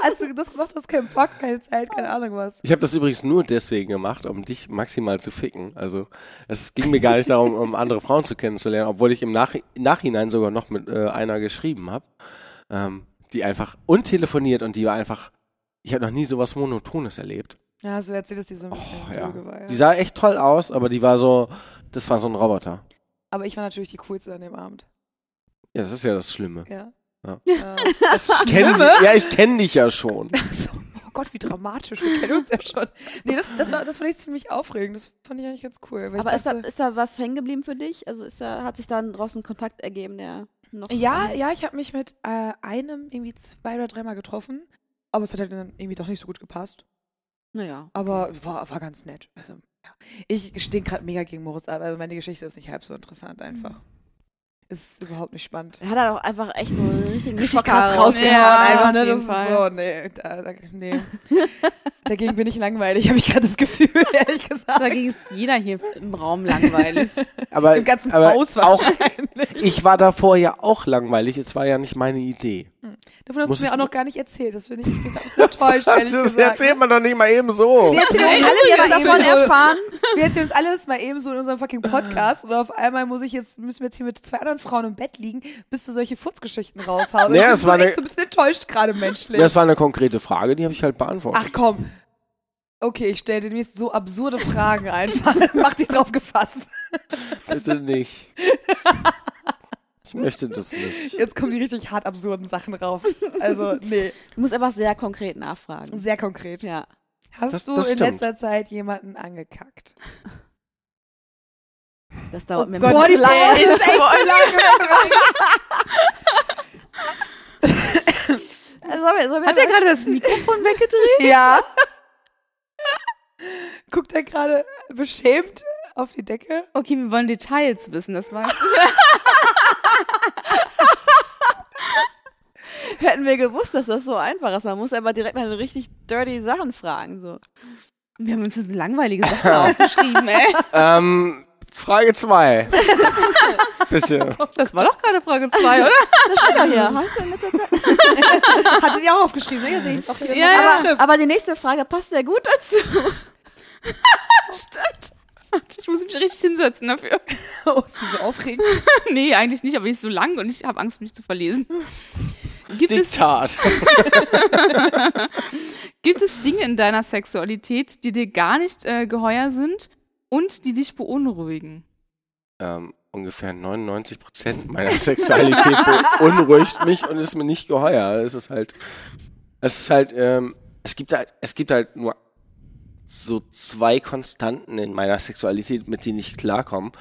Hast du das gemacht, hast keinen Bock, keine Zeit, keine Ahnung was. Ich habe das übrigens nur deswegen gemacht, um dich maximal zu ficken. Also es ging mir gar nicht darum, um andere Frauen zu kennenzulernen, obwohl ich im Nach Nachhinein sogar noch mit äh, einer geschrieben habe, ähm, die einfach und telefoniert und die war einfach, ich habe noch nie sowas Monotones erlebt. Ja, so erzählt es dir so ein bisschen Oh, ja. drüber war, ja. Die sah echt toll aus, aber die war so, das war so ein Roboter. Aber ich war natürlich die coolste an dem Abend. Ja, das ist ja das Schlimme. Ja. Ja. Äh, Ich kenn dich, ja, ich kenne dich ja schon. so, oh Gott, wie dramatisch. Wir kennen uns ja schon. Nee, das, das, war, das fand ich ziemlich aufregend. Das fand ich eigentlich ganz cool. weil ich Aber ist da, dachte, ist da was hängen geblieben für dich? Also ist da, hat sich da draußen Kontakt ergeben, der noch. ja, ja, ich habe mich mit äh, einem irgendwie zwei oder dreimal getroffen. Aber es hat halt dann irgendwie doch nicht so gut gepasst. Naja. Aber war, war ganz nett. Also, ja. Ich stehe gerade mega gegen Moritz ab. Also meine Geschichte ist nicht halb so interessant einfach. Ist überhaupt nicht spannend. Er hat halt auch einfach echt so einen richtigen richtig Schocker krass rausgehauen. Ja, einfach, auf ne? jeden Das ist Fall. so, nee, da, da, nee. Dagegen bin ich langweilig, habe ich gerade das Gefühl, ehrlich Da gesagt. ging es jeder hier im Raum langweilig. Aber, Im ganzen Äh, aber Haus auch, wahrscheinlich. ich war davor ja auch langweilig, es war ja nicht meine Idee. Davon hast Muss du mir ich- auch noch gar nicht erzählt. Das finde ich, ich bin enttäuscht, ehrlich das gesagt. erzählt man doch nicht mal eben so. Wir erzählen, Erzähl alles du jetzt mal eben davon so- erfahren? wir erzählen uns alles mal eben so in unserem fucking Podcast und auf einmal muss ich jetzt, müssen wir jetzt hier mit zwei anderen Frauen im Bett liegen, bis du solche Furzgeschichten raushaust. Nee, ich bin es so war echt eine- so ein bisschen enttäuscht gerade menschlich. Das war eine konkrete Frage, die habe ich halt beantwortet. Ach komm. Okay, ich stelle dir jetzt so absurde Fragen einfach. Mach dich drauf gefasst. Bitte nicht. Ich möchte das nicht. Jetzt kommen die richtig hart absurden Sachen rauf. Also, nee, Du musst einfach sehr konkret nachfragen. sehr konkret. Ja. Hast Das- du das in stimmt. letzter Zeit jemanden angekackt? Das dauert mir ein Oh Gott, bisschen die lange. Welt ist echt so Also, soll wir- soll wir- Hat er gerade das Mikrofon weggedreht? lange. ja. Guckt er gerade beschämt auf die Decke? Okay, wir wollen Details wissen, das weiß ich. hätten wir gewusst, dass das so einfach ist. Man muss einfach direkt nach den richtig dirty Sachen fragen. So. Wir haben uns jetzt eine langweilige Sache aufgeschrieben, ey. Ähm, Frage 2. Bitte. Das war doch gerade Frage 2, oder? Das steht doch hier. Hast du in letzter Zeit. Hattet ihr auch aufgeschrieben, ne? Ihr seht doch hier. Ja, ja. Aber, aber die nächste Frage passt sehr gut dazu. Stimmt. Warte, Ich muss mich richtig hinsetzen dafür. Oh, ist die so aufregend? Nee, eigentlich nicht, aber nicht so lang und ich habe Angst, mich zu verlesen. Gibt es, Diktat. gibt es Dinge in deiner Sexualität, die dir gar nicht äh, geheuer sind und die dich beunruhigen? Ähm, ungefähr 99% meiner Sexualität beunruhigt mich und ist mir nicht geheuer. Es ist halt, es ist halt, ähm, es gibt halt, es gibt halt nur so zwei Konstanten in meiner Sexualität, mit denen ich klarkomme.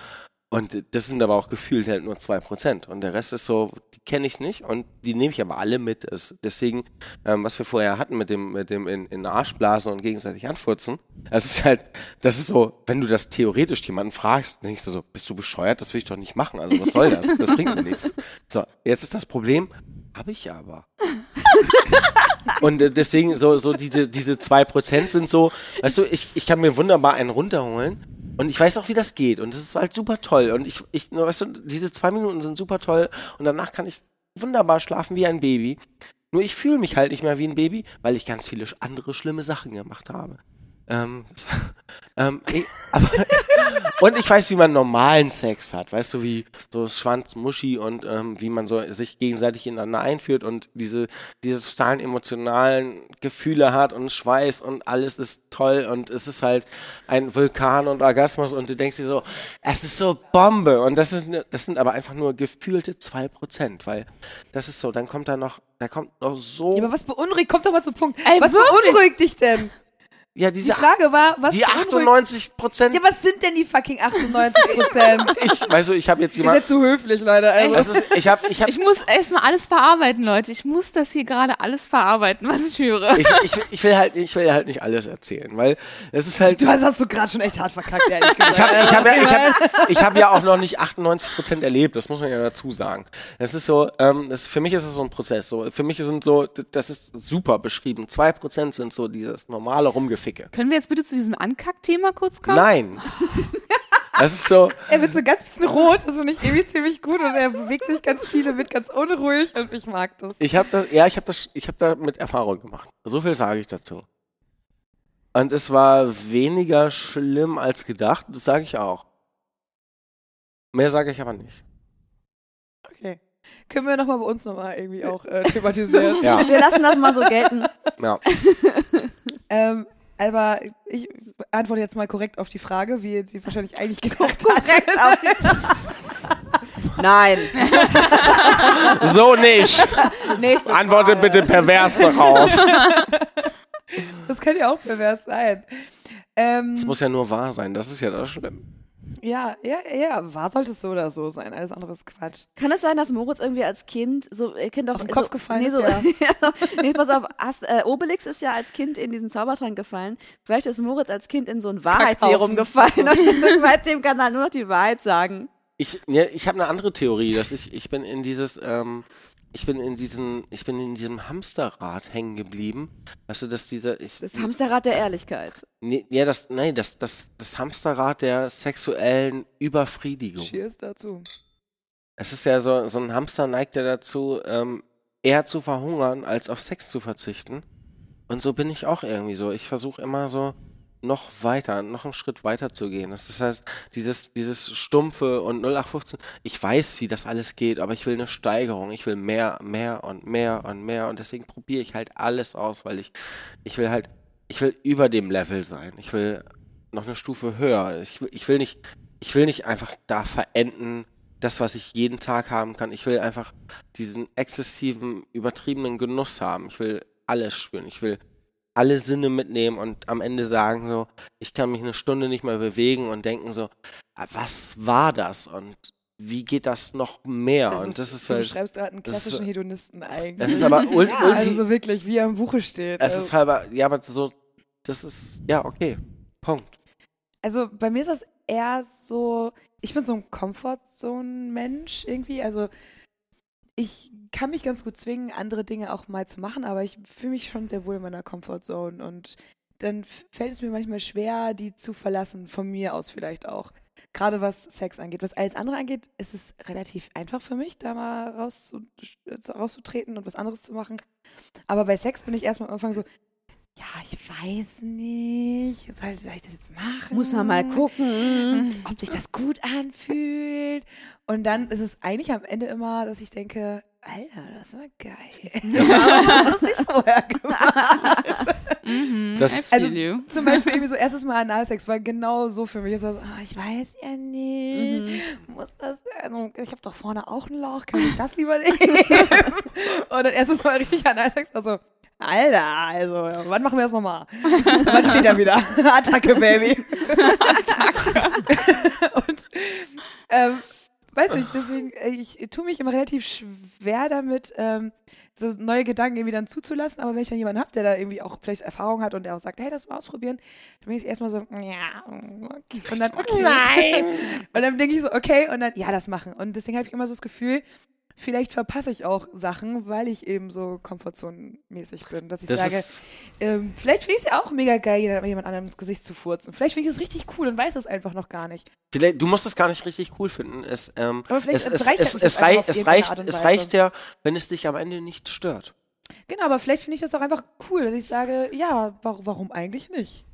Und das sind aber auch gefühlt halt nur 2%. Und der Rest ist so, die kenne ich nicht und die nehme ich aber alle mit. Es- Deswegen, ähm, was wir vorher hatten mit dem, mit dem in, in den Arsch blasen und gegenseitig anfurzen, das ist halt, das ist so, wenn du das theoretisch jemanden fragst, denkst du so, bist du bescheuert? Das will ich doch nicht machen. Also was soll das? Das bringt mir nichts. So, jetzt ist das Problem, habe ich aber. Und äh, deswegen, so, so diese, diese 2% sind so, weißt du, ich, ich kann mir wunderbar einen runterholen. Und ich weiß auch, wie das geht. Und das ist halt super toll. Und ich, ich, nur, weißt du, diese zwei Minuten sind super toll. Und danach kann ich wunderbar schlafen wie ein Baby. Nur ich fühle mich halt nicht mehr wie ein Baby, weil ich ganz viele sch- andere schlimme Sachen gemacht habe. Ähm, das, ähm, nee, aber, und ich weiß, wie man normalen Sex hat. Weißt du, wie so Schwanz, Muschi und ähm, wie man so sich gegenseitig ineinander einführt und diese, diese totalen emotionalen Gefühle hat und Schweiß und alles ist toll und es ist halt ein Vulkan und Orgasmus und du denkst dir so, es ist so Bombe. Und das, ist, ne- das sind aber einfach nur gefühlte 2%, weil das ist so, dann kommt da noch, da kommt noch so. Ja, aber was beunruhigt, kommt doch mal zum Punkt. Ey, was wirklich? beunruhigt dich denn? Ja, Die diese Frage war, was die beunruhigt- 98 Prozent. Ja, was sind denn die fucking 98 Prozent? Ich, weißt du, ich habe jetzt Ihr seid jemand. zu höflich, Leute. Also. Es ist, ich habe, ich habe, Ich ich, muss erstmal alles verarbeiten, Leute. Ich muss das hier gerade alles verarbeiten, was ich höre. ich, ich will halt, ich will halt nicht alles erzählen, weil es ist halt. Du hast, hast du gerade schon echt hart verkackt, ehrlich gesagt. Ich habe ich hab ja, ich hab, ich hab ja auch noch nicht 98 Prozent erlebt, das muss man ja dazu sagen. Das ist so, ähm, das, für mich ist es so ein Prozess. So, für mich sind so, d- das ist super beschrieben. Zwei Prozent sind so dieses normale Rumgeficke. Können wir jetzt bitte zu diesem Ankack-Thema kurz kommen? Nein. Das ist so, Er wird so ganz bisschen rot, das finde ich irgendwie ziemlich gut und er bewegt sich ganz viele, wird ganz unruhig und ich mag das. Ich habe das, ja, ich habe das, ich habe damit Erfahrung gemacht. So viel sage ich dazu. Und es war weniger schlimm als gedacht, das sage ich auch. Mehr sage ich aber nicht. Okay. Können wir nochmal bei uns nochmal irgendwie auch äh, thematisieren. Ja, Wir lassen das mal so gelten. ja. ähm, aber ich antworte jetzt mal korrekt auf die Frage, wie ihr die wahrscheinlich eigentlich gedacht habt. Korrekt auf die Nein. So nicht. Nächste Antworte Frage. bitte pervers darauf. Das kann ja auch pervers sein. Ähm, Es muss ja nur wahr sein, das ist ja das Schlimme. ja, ja, ja, ja, wahr sollte es so oder so sein. Alles andere ist Quatsch. Kann es sein, dass Moritz irgendwie als Kind so ihr kennt doch Auf den so, Kopf gefallen nee, ist, so, ja. so, nee, pass auf, hast, äh, Obelix ist ja als Kind in diesen Zaubertrank gefallen. Vielleicht ist Moritz als Kind in so ein Wahrheitsserum Kackhaufen. gefallen und seitdem kann er nur noch die Wahrheit sagen. Ich, ja, ich habe eine andere Theorie, dass ich, ich bin in dieses, ähm, ich bin in diesen, ich bin in diesem Hamsterrad hängen geblieben. Weißt du, dass dieser, ich, Das Hamsterrad der Ehrlichkeit. Nee, ja, das, nein, das, das, das Hamsterrad der sexuellen Überfriedigung. Cheers dazu. Es ist ja so, so ein Hamster neigt ja dazu, ähm, eher zu verhungern, als auf Sex zu verzichten. Und so bin ich auch irgendwie so. Ich versuche immer so noch weiter, noch einen Schritt weiter zu gehen. Das ist- das heißt, dieses, dieses Stumpfe und 0815, ich weiß, wie das alles geht, aber ich will eine Steigerung. Ich will mehr, mehr und mehr und mehr. Und deswegen probiere ich halt alles aus, weil ich, ich will halt, ich will über dem Level sein. Ich will noch eine Stufe höher. Ich, will- ich will nicht, ich will nicht einfach da verenden, das, was ich jeden Tag haben kann. Ich will einfach diesen exzessiven, übertriebenen Genuss haben. Ich will alles spüren. Ich will alle Sinne mitnehmen und am Ende sagen so, ich kann mich eine Stunde nicht mehr bewegen und denken so, "Ah, was war das und wie geht das noch mehr? und das ist du halt, beschreibst gerade einen das ist- klassischen Hedonisten eigentlich. das ist aber ul ja, ulti, also so wirklich, wie er im Buche steht. es Also- ist halber, ja, aber so, das ist, ja, okay, Punkt. Also bei mir ist das eher so, ich bin so ein Comfortzone-Mensch irgendwie. Also ich kann mich ganz gut zwingen, andere Dinge auch mal zu machen, aber ich fühle mich schon sehr wohl in meiner Comfortzone und dann f- fällt es mir manchmal schwer, die zu verlassen, von mir aus vielleicht auch. Gerade was Sex angeht. Was alles andere angeht, ist es relativ einfach für mich, da mal rauszu- äh, rauszutreten und was anderes zu machen. Aber bei Sex bin ich erstmal am Anfang so, ja, ich weiß nicht, soll, soll ich das jetzt machen? Muss man mal gucken. ob sich das gut anfühlt. Und dann ist es eigentlich am Ende immer, dass ich denke, Alter, das war geil. das ich vorher gemacht. Mhm, Das- I feel Also- you. Zum Beispiel irgendwie so erstes Mal Analsex war genau so für mich. Es war so, ah, ich weiß ja nicht, muss das, also ich habe doch vorne auch ein Loch, kann ich das lieber nehmen? Und dann erstes Mal richtig Analsex war so, Alter, also, wann machen wir das nochmal? wann steht er wieder? Attacke, Baby. Attacke. Und, ähm, weiß nicht, deswegen, äh, ich tue mich immer relativ schwer damit, ähm, so neue Gedanken irgendwie dann zuzulassen, aber wenn ich dann jemanden habe, der da irgendwie auch vielleicht Erfahrung hat und der auch sagt, hey, das mal ausprobieren, dann bin ich erstmal so, ja, okay. und dann, nein. Und dann denke ich so, okay, und dann, ja, das machen. Und deswegen habe ich immer so das Gefühl, vielleicht verpasse ich auch Sachen, weil ich eben so komfortzonenmäßig bin, dass ich Das sage, ist, ähm, vielleicht finde ich es ja auch mega geil, jemand anderem ins Gesicht zu furzen. Vielleicht finde ich es richtig cool und weiß das einfach noch gar nicht. vielleicht, du musst es gar nicht richtig cool finden. Es, ähm, Aber vielleicht es, es, bereichert es, mich es, das einfach rei auf es, irgendeine reicht, Art und es Weise. reicht ja, wenn es dich am Ende nicht stört. Genau, aber vielleicht finde ich das auch einfach cool, dass ich sage, ja, warum, warum eigentlich nicht?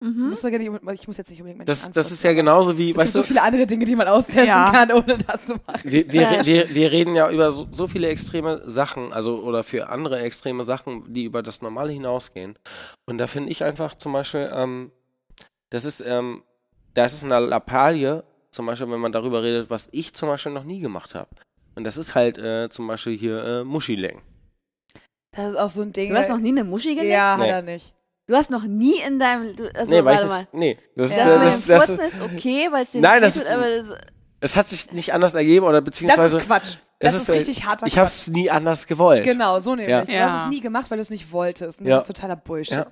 Mhm. Muss doch gar nicht, ich muss jetzt nicht unbedingt Menschen Das, das anfassen, ist ja aber genauso wie, Es weißt gibt so du, viele andere Dinge, die man austesten Ja. kann, ohne das zu machen. wir, wir, Ja, ja, wir, wir reden ja über so, so viele extreme Sachen, also oder für andere extreme Sachen, die über das Normale hinausgehen. Und da finde ich einfach zum Beispiel, ähm, das ist, ähm, das ist eine Lappalie, zum Beispiel, wenn man darüber redet, was ich zum Beispiel noch nie gemacht habe. Und das ist halt äh, zum Beispiel hier äh, Muschilecken. Das ist auch so ein Ding. Du hast noch nie eine Muschi gelegt? Ja, Nee. hat er nicht. Du hast noch nie in deinem. Du, also, nee, weil ich warte mal. das, nee, das Ja. ist, äh, Das, das, mit dem das, Furzen ist okay, weil es dir Nein, nicht das wehtut, aber das, es hat sich nicht anders ergeben oder Das beziehungsweise ist Quatsch. es Das ist, ist, äh, richtig harter ich habe es nie anders gewollt. Genau, so nämlich. Ja. Du Ja. hast es nie gemacht, weil du es nicht wolltest. Und Ja. Das ist totaler Bullshit. Ja.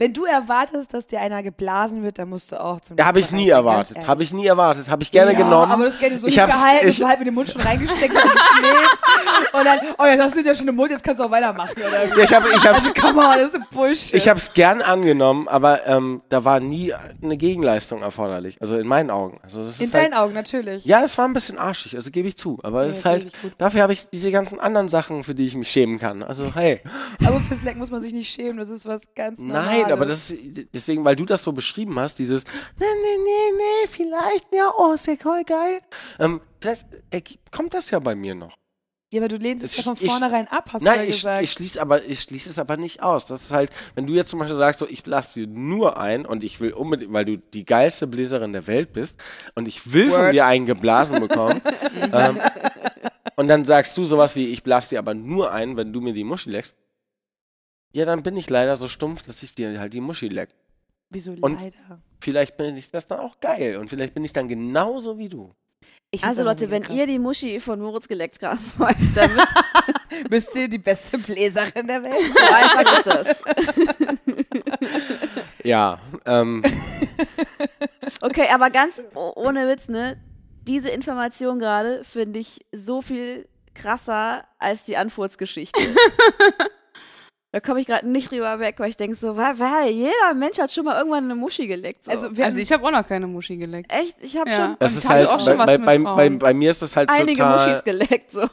Wenn du erwartest, dass dir einer geblasen wird, dann musst du auch zum Ja, habe ich Doktor nie reisen, ganz erwartet, ehrlich. habe ich nie erwartet, habe ich gerne ja, genommen. Aber das Geld ist so Ich lieb hab's- gehalten, ich- so halb in den Mund schon reingesteckt und geklebt. Und dann, oh ja, das sind ja schon im Mund, jetzt kannst du auch weitermachen. Oder? Also, Ja, ich habe ich hab's, Come on, das ist Bullshit. ich hab's gern angenommen, aber ähm, da war nie eine Gegenleistung erforderlich. Also in meinen Augen. Also das in ist halt, deinen Augen, natürlich. ja, es war ein bisschen arschig, also gebe ich zu. Aber es Nee, ist halt, richtig gut. dafür habe ich diese ganzen anderen Sachen, für die ich mich schämen kann. Also hey, Aber fürs Leck muss man sich nicht schämen, das ist was ganz Normales. nein, aber das ist, deswegen, weil du das so beschrieben hast, dieses, nee, nee, nee, nee, vielleicht, ja, oh, ist ja voll geil. Ähm, vielleicht äh, kommt das ja bei mir noch. Ja, aber du lehnst es Es- ja von ich- vornherein ab, hast du Nein, ja ich, gesagt. ich schließe aber, ich schließe es aber nicht aus. Das ist halt, wenn du jetzt zum Beispiel sagst, so, ich blase dir nur ein und ich will unbedingt, weil du die geilste Bläserin der Welt bist und ich will von Word. dir einen geblasen bekommen. ähm, und dann sagst du sowas wie, ich blase dir aber nur ein, wenn du mir die Muschi leckst. Ja, dann bin ich leider so stumpf, dass ich dir halt die Muschi leck. Wieso und- leider? Vielleicht bin ich das dann auch geil und vielleicht bin ich dann genauso wie du. Ich also, find's Leute, aber wenn mega ihr die Muschi von Moritz geleckt haben wollt, dann wisst krass. Bist ihr die beste Bläserin der Welt? ihr, so einfach ist das. Ja, ähm, Okay, aber ganz o- ohne Witz, ne? Diese Information gerade finde ich so viel krasser als die Anfurzgeschichte. da komme ich gerade nicht drüber weg, weil ich denke so, weil, weil jeder Mensch hat schon mal irgendwann eine Muschi geleckt. So. Also, wir Also ich habe auch noch keine Muschi geleckt. Echt, ich habe Ja. schon das Und ist ich hatte halt, auch schon bei, was bei, mit bei, bei, Frauen. bei mir ist das halt einige total... Muschis geleckt. So.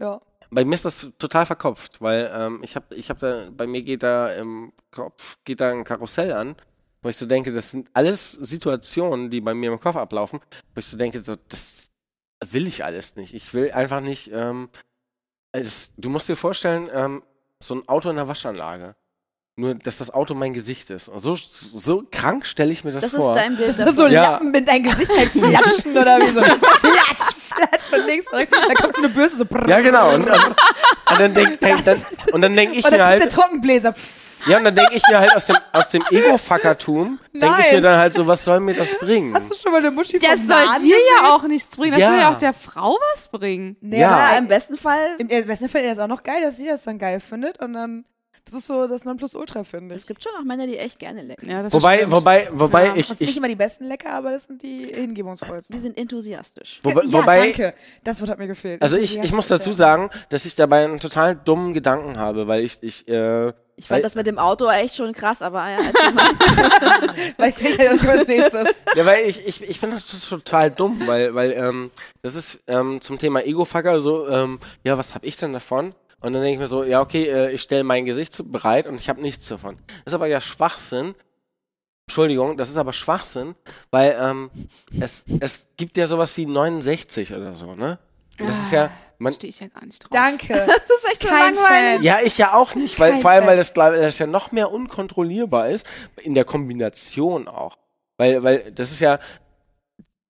ja. Bei mir ist das total verkopft, weil ähm, ich habe, ich habe da, bei mir geht da im Kopf, geht da ein Karussell an, wo ich so denke, das sind alles Situationen, die bei mir im Kopf ablaufen, wo ich so denke, so, das will ich alles nicht. Ich will einfach nicht, ähm, es, du musst dir vorstellen, ähm, so ein Auto in der Waschanlage. Nur, dass das Auto mein Gesicht ist. Und So, so krank stelle ich mir das, Das vor. ist dein Bild. Dass du so Ja. Lappen in dein Gesicht halt flatschen oder wie so. Flatsch, flatsch von links nach rechts. Dann kommt so eine Böse so. brrr. ja, genau. Und, und, und dann denke denk, dann, und dann denk ich Und dann mir kommt halt. der Trockenbläser. Ja, und dann denke ich mir halt aus dem, aus dem Ego-Fuckertum, denke ich Nein. mir dann halt so, was soll mir das bringen? Hast du schon mal eine Muschi Das vom soll Laden dir gesehen? ja auch nichts bringen. Das Ja. soll ja auch der Frau was bringen. Nee, Ja. aber ja, im besten Fall. Im besten Fall ist es auch noch geil, dass sie das dann geil findet und dann. Das ist so das Nonplusultra, finde ich. Es gibt schon auch Männer, die echt gerne lecken. Ja, das wobei, stimmt. wobei, wobei Ja, ich, Das sind nicht ich immer die besten Lecker, aber das sind die hingebungsvollsten. Die sind enthusiastisch. wobei, ja, wobei danke. Das Wort hat mir gefehlt. also ich, ich muss dazu sagen, dass ich dabei einen total dummen Gedanken habe, weil ich, ich, äh, weil, Ich fand das mit dem Auto echt schon krass, aber ja, erzähl mal. Weil ich halt denke, das kommt als nächstes. ja, weil ich, ich, ich bin das total dumm, weil, weil, ähm, das ist, ähm, zum Thema Ego-Fucker so, ähm, ja, was hab ich denn davon? Und dann denke ich mir so, ja, okay, äh, ich stelle mein Gesicht zu, bereit und ich habe nichts davon. Das ist aber ja Schwachsinn, Entschuldigung, das ist aber Schwachsinn, weil ähm, es, es gibt ja sowas wie 69 oder so, ne? Und das ist ja, man, Stehe ich ja gar nicht drauf. Danke. Das ist echt so Kein langweilig. Fan. ja, ich ja auch nicht, weil Kein vor allem, Fall. weil das, glaub- das ja noch mehr unkontrollierbar ist, in der Kombination auch. Weil, weil das ist ja,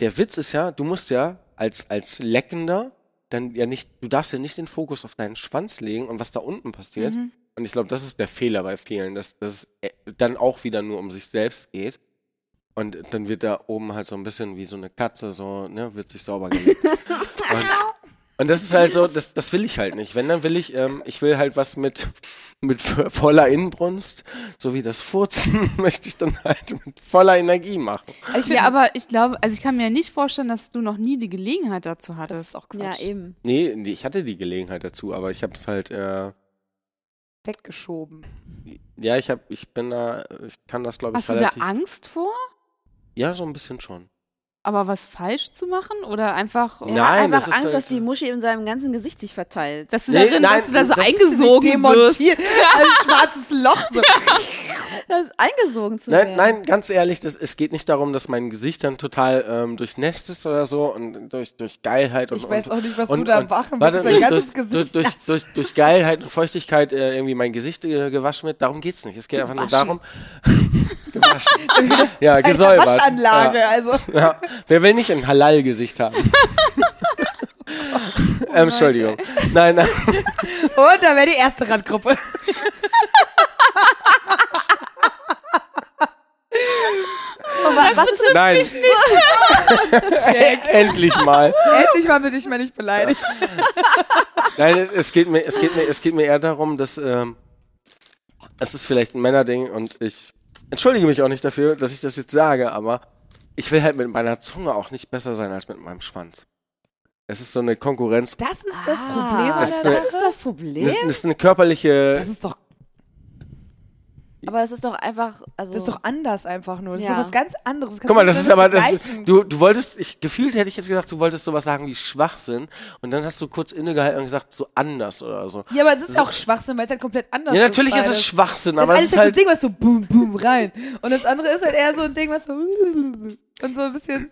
der Witz ist ja, du musst ja als, als Leckender dann ja nicht, du darfst ja nicht den Fokus auf deinen Schwanz legen und was da unten passiert, Und ich glaube, das ist der Fehler bei vielen, dass, dass es äh, dann auch wieder nur um sich selbst geht. Und dann wird da oben halt so ein bisschen wie so eine Katze, so, ne, wird sich sauber gelegt. und, und das ist halt so, das, das will ich halt nicht. Wenn, dann will ich, ähm, ich will halt was mit, mit voller Inbrunst, so wie das Furzen, möchte ich dann halt mit voller Energie machen. Ja, aber ich glaube, also ich kann mir ja nicht vorstellen, dass du noch nie die Gelegenheit dazu hattest. Das ist auch Ja, Quatsch. eben. Nee, nee ich hatte die Gelegenheit dazu, aber ich habe es halt, äh, Weggeschoben. ja, ich habe, ich bin da, ich kann das glaube ich Hast du da relativ. Angst vor? ja, so ein bisschen schon. Aber was falsch zu machen? Oder einfach, Ja. Er hat Nein, einfach das ist Angst, halt dass so- die Muschi in seinem ganzen Gesicht sich verteilt. dass du, Nee, darin, nein, dass du da so dass du dich eingesogen wirst? Ein schwarzes Loch. So. Das ist eingesogen zu Nein, werden. nein, ganz ehrlich, das, es geht nicht darum, dass mein Gesicht dann total ähm, durchnässt ist oder so und durch, durch Geilheit und Ich weiß und, auch nicht, was und, du da und, machen willst. warte, Dein durch, ganzes durch, Gesicht. durch, durch, durch, durch Geilheit und Feuchtigkeit äh, irgendwie mein Gesicht äh, gewaschen wird. Darum geht's nicht. Es geht einfach nur darum. gewaschen. ja, Eine gesäubert. Waschanlage. Ja, Also. ja. Wer will nicht ein Halal-Gesicht haben? Oh, ähm, Entschuldigung. Nein, nein. Und da wäre die erste Randgruppe. Aber was ist denn nein. Endlich mal. Endlich mal bin ich mal nicht beleidigt. Nein, es- es geht mir, es geht mir, es geht mir eher darum, dass ähm, es ist vielleicht ein Männerding und ich entschuldige mich auch nicht dafür, dass ich das jetzt sage, aber ich will halt mit meiner Zunge auch nicht besser sein als mit meinem Schwanz. Es ist so eine Konkurrenz. Das ist das Ah, Das ist das, eine- ist das Das Problem. ist, das ist eine körperliche. Das ist doch, Aber es ist doch einfach, also das ist doch anders einfach nur. Das ist Ja. doch was ganz anderes. Guck mal, das ist aber das. Du, Du du wolltest, ich gefühlt hätte ich jetzt gedacht, du wolltest sowas sagen wie Schwachsinn und dann hast du kurz innegehalten und gesagt so anders oder so. Ja, aber es ist auch Schwachsinn, weil es halt komplett anders Ja, ist. natürlich ist es beides. Schwachsinn, Das aber eine es ist ist halt so ein halt Ding, was so boom, boom rein. Und das andere ist halt eher so ein Ding, was so und so ein bisschen.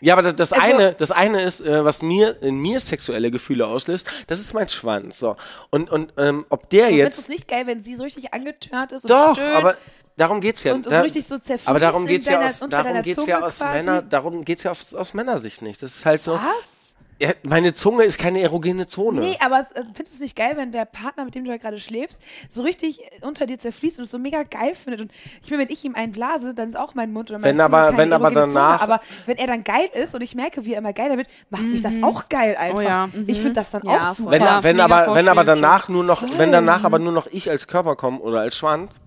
Ja, aber das, das, Also- eine, das eine ist, äh, was mir in mir sexuelle Gefühle auslöst, das ist mein Schwanz. So. Und, und ähm, ob der Findest du es jetzt. nicht geil, wenn sie so richtig angetört ist und Doch, stöhnt aber darum geht's ja. und so Da- richtig so zerfließt aber darum in geht's ja deiner- aus, unter darum deiner geht's ja Zunge aus quasi? Männer, darum geht's ja aus, aus Männersicht nicht. Das ist halt so. Was? Ja, meine Zunge ist keine erogene Zone. Nee, aber es- äh, findest du es nicht geil, wenn der Partner, mit dem du ja gerade schläfst, so richtig äh, unter dir zerfließt und es so mega geil findet? Und ich meine, wenn ich ihm einen blase, dann ist auch mein Mund oder meine Wenn Zunge aber- keine wenn aber erogene Zone, danach- aber wenn er dann geil ist und ich merke, wie er immer geiler wird, macht mich das auch geil einfach. Oh ja. Ich finde das dann Ja, auch super. wenn, Klar, wenn, mega Hm. aber, wenn aber Vorspiel, danach nur noch, wenn danach aber nur noch ich als Körper komme oder als Schwanz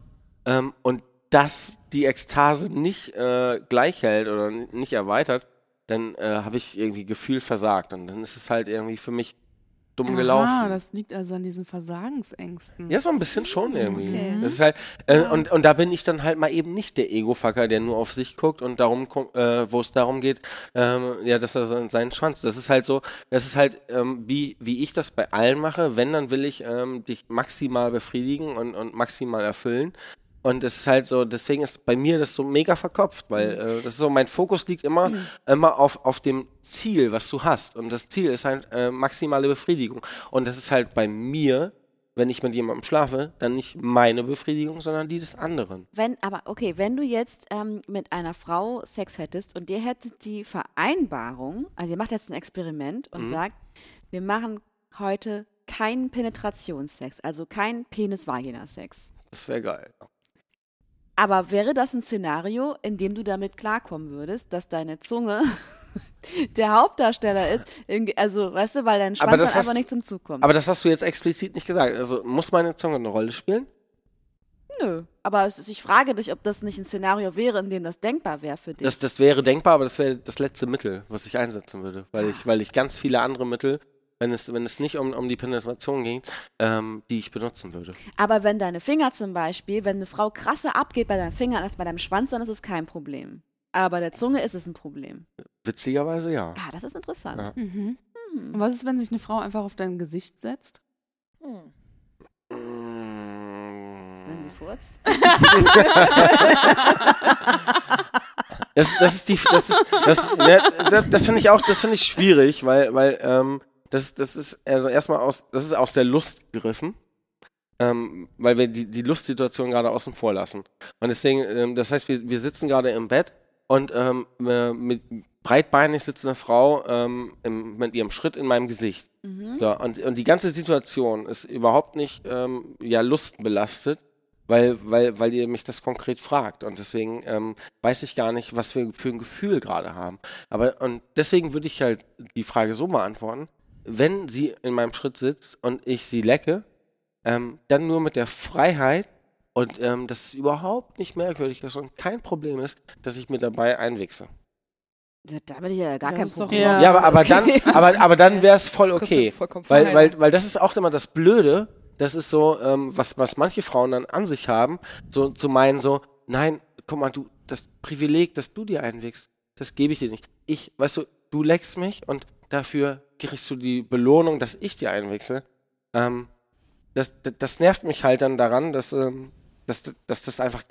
ähm, und das die Ekstase nicht äh, gleich hält oder n- nicht erweitert, dann äh, habe ich irgendwie Gefühl versagt und dann ist es halt irgendwie für mich dumm Ah, gelaufen. das liegt also an diesen Versagensängsten. ja, so ein bisschen schon irgendwie. Das ist halt, äh, und, und da bin ich dann halt mal eben nicht der Ego-Fucker, der nur auf sich guckt und darum, gu- äh, wo es darum geht, ähm, ja, dass er seinen, seinen Schwanz. Das ist halt so, das ist halt, ähm, wie, wie ich das bei allen mache. Wenn, dann will ich ähm, dich maximal befriedigen und, und maximal erfüllen. Und es ist halt so, deswegen ist bei mir das so mega verkopft, weil äh, das ist so, mein Fokus liegt immer, immer auf, auf dem Ziel, was du hast. Und das Ziel ist halt äh, maximale Befriedigung. Und das ist halt bei mir, wenn ich mit jemandem schlafe, dann nicht meine Befriedigung, sondern die des anderen. wenn, aber okay, wenn du jetzt ähm, mit einer Frau Sex hättest und ihr hättet die Vereinbarung, also ihr macht jetzt ein Experiment Mhm. und sagt, wir machen heute keinen Penetrationssex, also keinen Penis-Vagina-Sex. Das wäre geil. Aber wäre das ein Szenario, in dem du damit klarkommen würdest, dass deine Zunge der Hauptdarsteller ist, im Ge- also weißt du, weil dein Schwanz das dann einfach hast- nicht zum Zug kommt. Aber das hast du jetzt explizit nicht gesagt. Also muss meine Zunge eine Rolle spielen? Nö, aber es ist, ich frage dich, ob das nicht ein Szenario wäre, in dem das denkbar wäre für dich. Das, das wäre denkbar, aber das wäre das letzte Mittel, was ich einsetzen würde. Weil ich, weil ich ganz viele andere Mittel, wenn es, wenn es nicht um, um die Penetration ging, ähm, die ich benutzen würde. aber wenn deine Finger zum Beispiel, wenn eine Frau krasser abgeht bei deinen Fingern als bei deinem Schwanz, dann ist es kein Problem. Aber bei der Zunge ist es ein Problem. Witzigerweise ja. Ah, das ist interessant. Ja. Mhm. Und was ist, wenn sich eine Frau einfach auf dein Gesicht setzt? Hm. Wenn sie furzt. Das, das ist die, das ist, das, ne, das, das finde ich auch, das finde ich schwierig, weil, weil, ähm, das, das ist, also erstmal aus, das ist aus der Lust gegriffen, ähm, weil wir die, die Lustsituation gerade außen vor lassen. Und deswegen, ähm, das heißt, wir, wir sitzen gerade im Bett und ähm, äh, mit breitbeinig sitzender Frau ähm, im, mit ihrem Schritt in meinem Gesicht. So, und, und die ganze Situation ist überhaupt nicht ähm, ja, lustbelastet, weil, weil, weil ihr mich das konkret fragt. Und deswegen ähm, weiß ich gar nicht, was wir für ein Gefühl gerade haben. Aber und deswegen würde ich halt die Frage so beantworten: Wenn sie in meinem Schritt sitzt und ich sie lecke, ähm, dann nur mit der Freiheit und ähm, dass es überhaupt nicht merkwürdig ist und kein Problem ist, dass ich mir dabei einwichse. Ja, Da bin ich ja gar Das kein ist doch Problem. Ja. Ah, überhaupt- Ja, aber, aber okay. dann, aber, aber dann wäre es voll Kurze okay. vollkommen Weil, Freiheit. weil, weil das ist auch immer das Blöde. Das ist so, ähm, was, was manche Frauen dann an sich haben, so zu meinen so, nein, guck mal, du, das Privileg, das du dir einwächst, das gebe ich dir nicht. Ich, weißt du, du leckst mich und dafür kriegst du die Belohnung, dass ich dir einwechsel. Ähm, das, das, das nervt mich halt dann daran, dass, ähm, dass, dass das einfach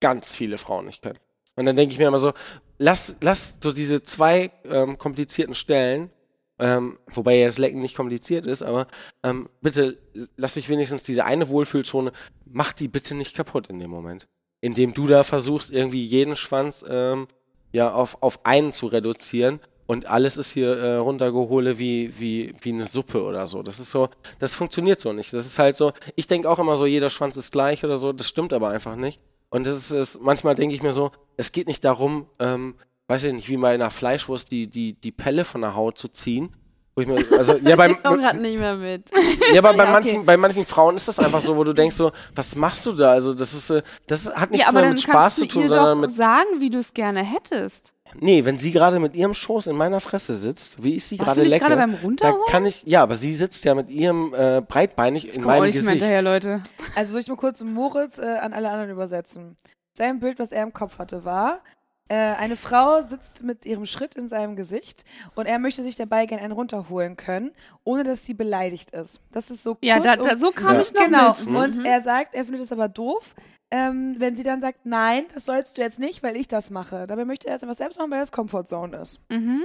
ganz viele Frauen nicht können. Und dann denke ich mir immer so, lass, lass so diese zwei ähm, komplizierten Stellen, ähm, wobei ja das Lecken nicht kompliziert ist, aber ähm, bitte lass mich wenigstens diese eine Wohlfühlzone, mach die bitte nicht kaputt in dem Moment. Indem du da versuchst, irgendwie jeden Schwanz ähm, ja auf, auf einen zu reduzieren und alles ist hier äh, runtergehole wie, wie, wie eine Suppe oder so. Das ist so, das funktioniert so nicht. Das ist halt so, ich denke auch immer so, jeder Schwanz ist gleich oder so, das stimmt aber einfach nicht. Und das ist, ist manchmal denke ich mir so, es geht nicht darum, ähm, weiß ich nicht, wie bei einer Fleischwurst die, die, die Pelle von der Haut zu ziehen. Wo ich mir, also, ja, beim, Ich komme gerade nicht mehr mit. ja, aber bei, Ja, okay. manchen, bei manchen Frauen ist das einfach so, wo du denkst so, was machst du da? Also das ist, äh, das hat nichts ja, aber mehr dann mit Spaß kannst zu du tun, ihr sondern doch mit, sagen, wie du es gerne hättest. nee, wenn sie gerade mit ihrem Schoß in meiner Fresse sitzt, wie ich sie Warst gerade du nicht lecke, gerade beim da Runterholen? kann ich, ja, aber sie sitzt ja mit ihrem äh, breitbeinig in Komm auch meinem nicht mehr Gesicht. hinterher, Leute. Also soll ich mal kurz Moritz äh, an alle anderen übersetzen. Sein Bild, was er im Kopf hatte, war, äh, eine Frau sitzt mit ihrem Schritt in seinem Gesicht und er möchte sich dabei gerne einen runterholen können, ohne dass sie beleidigt ist. Das ist so Ja, kurz da, da, und- so kam Ja. ich noch Genau, mit. Mhm. und er sagt, er findet es aber doof, ähm, wenn sie dann sagt, nein, das sollst du jetzt nicht, weil ich das mache. Dabei möchte er es einfach selbst machen, weil das Comfortzone ist. Mhm.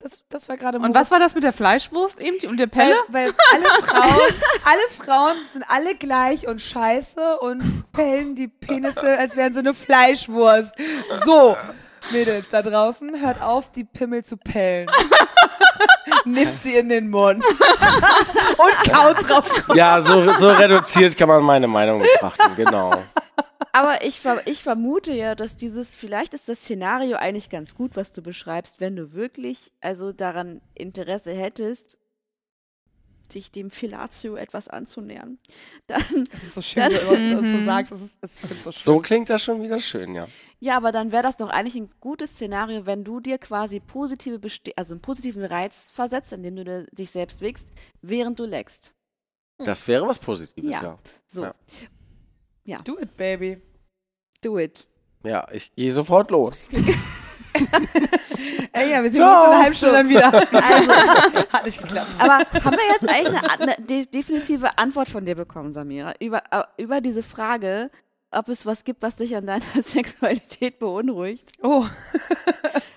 Das, das war gerade Und was war das mit der Fleischwurst eben die- und der Pelle? Weil, weil alle, Frauen, alle Frauen sind alle gleich und scheiße und pellen die Penisse, als wären sie eine Fleischwurst. So, Mädels da draußen, hört auf, die Pimmel zu pellen. Nehmt sie in den Mund. und kaut drauf. Ja, so, so reduziert kann man meine Meinung betrachten, genau. Aber ich, ver ich vermute ja, dass dieses, vielleicht ist das Szenario eigentlich ganz gut, was du beschreibst, wenn du wirklich also daran Interesse hättest, sich dem Filatio etwas anzunähern. Dann, Das ist so schön, Dann- wie du das so Mhm. sagst. Das ist, das, ich find's so schön. So klingt das schon wieder schön, ja. ja, aber dann wäre das doch eigentlich ein gutes Szenario, wenn du dir quasi positive, Beste also einen positiven Reiz versetzt, indem du dir- dich selbst wickst, während du leckst. Das wäre was Positives, Ja. ja. So, Ja. Do it, baby. do it. Ja, ich gehe sofort los. Ey, ja, wir sehen Ciao. uns in einer halben Stunde dann wieder. Also, Hat nicht geklappt. Aber haben wir jetzt eigentlich eine, an- eine de definitive Antwort von dir bekommen, Samira, über, äh, über diese Frage, ob es was gibt, was dich an deiner Sexualität beunruhigt? Oh.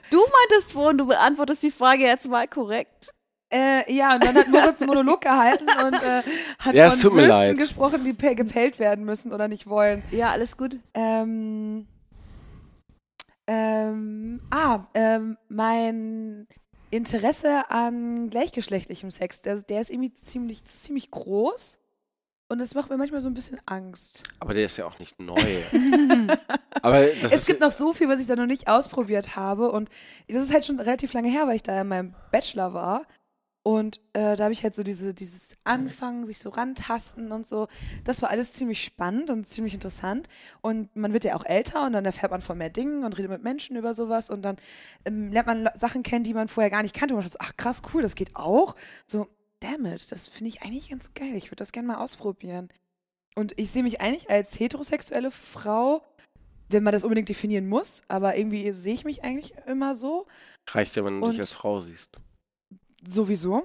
Du meintest vorhin, du beantwortest die Frage jetzt mal korrekt. Äh, ja, und dann hat Moritz einen Monolog gehalten und äh, hat Ja, es von tut mir Würsten leid. gesprochen, die pe- gepellt werden müssen oder nicht wollen. Ja, alles gut. Ähm, ähm, ah, ähm, mein Interesse an gleichgeschlechtlichem Sex, der, der ist irgendwie ziemlich, ziemlich groß und das macht mir manchmal so ein bisschen Angst. Aber der ist ja auch nicht neu. Aber das es ist gibt noch so viel, was ich da noch nicht ausprobiert habe. Und das ist halt schon relativ lange her, weil ich da in meinem Bachelor war. Und äh, da habe ich halt so diese, dieses Anfangen, sich so rantasten und so. Das war alles ziemlich spannend und ziemlich interessant. Und man wird ja auch älter und dann erfährt man von mehr Dingen und redet mit Menschen über sowas. Und dann ähm, lernt man Sachen kennen, die man vorher gar nicht kannte. Und man dachte, so, ach krass, cool, das geht auch. So, damn it, das finde ich eigentlich ganz geil. Ich würde das gerne mal ausprobieren. Und ich sehe mich eigentlich als heterosexuelle Frau, wenn man das unbedingt definieren muss, aber irgendwie sehe ich mich eigentlich immer so. reicht ja, wenn du dich Und- als Frau siehst. Sowieso.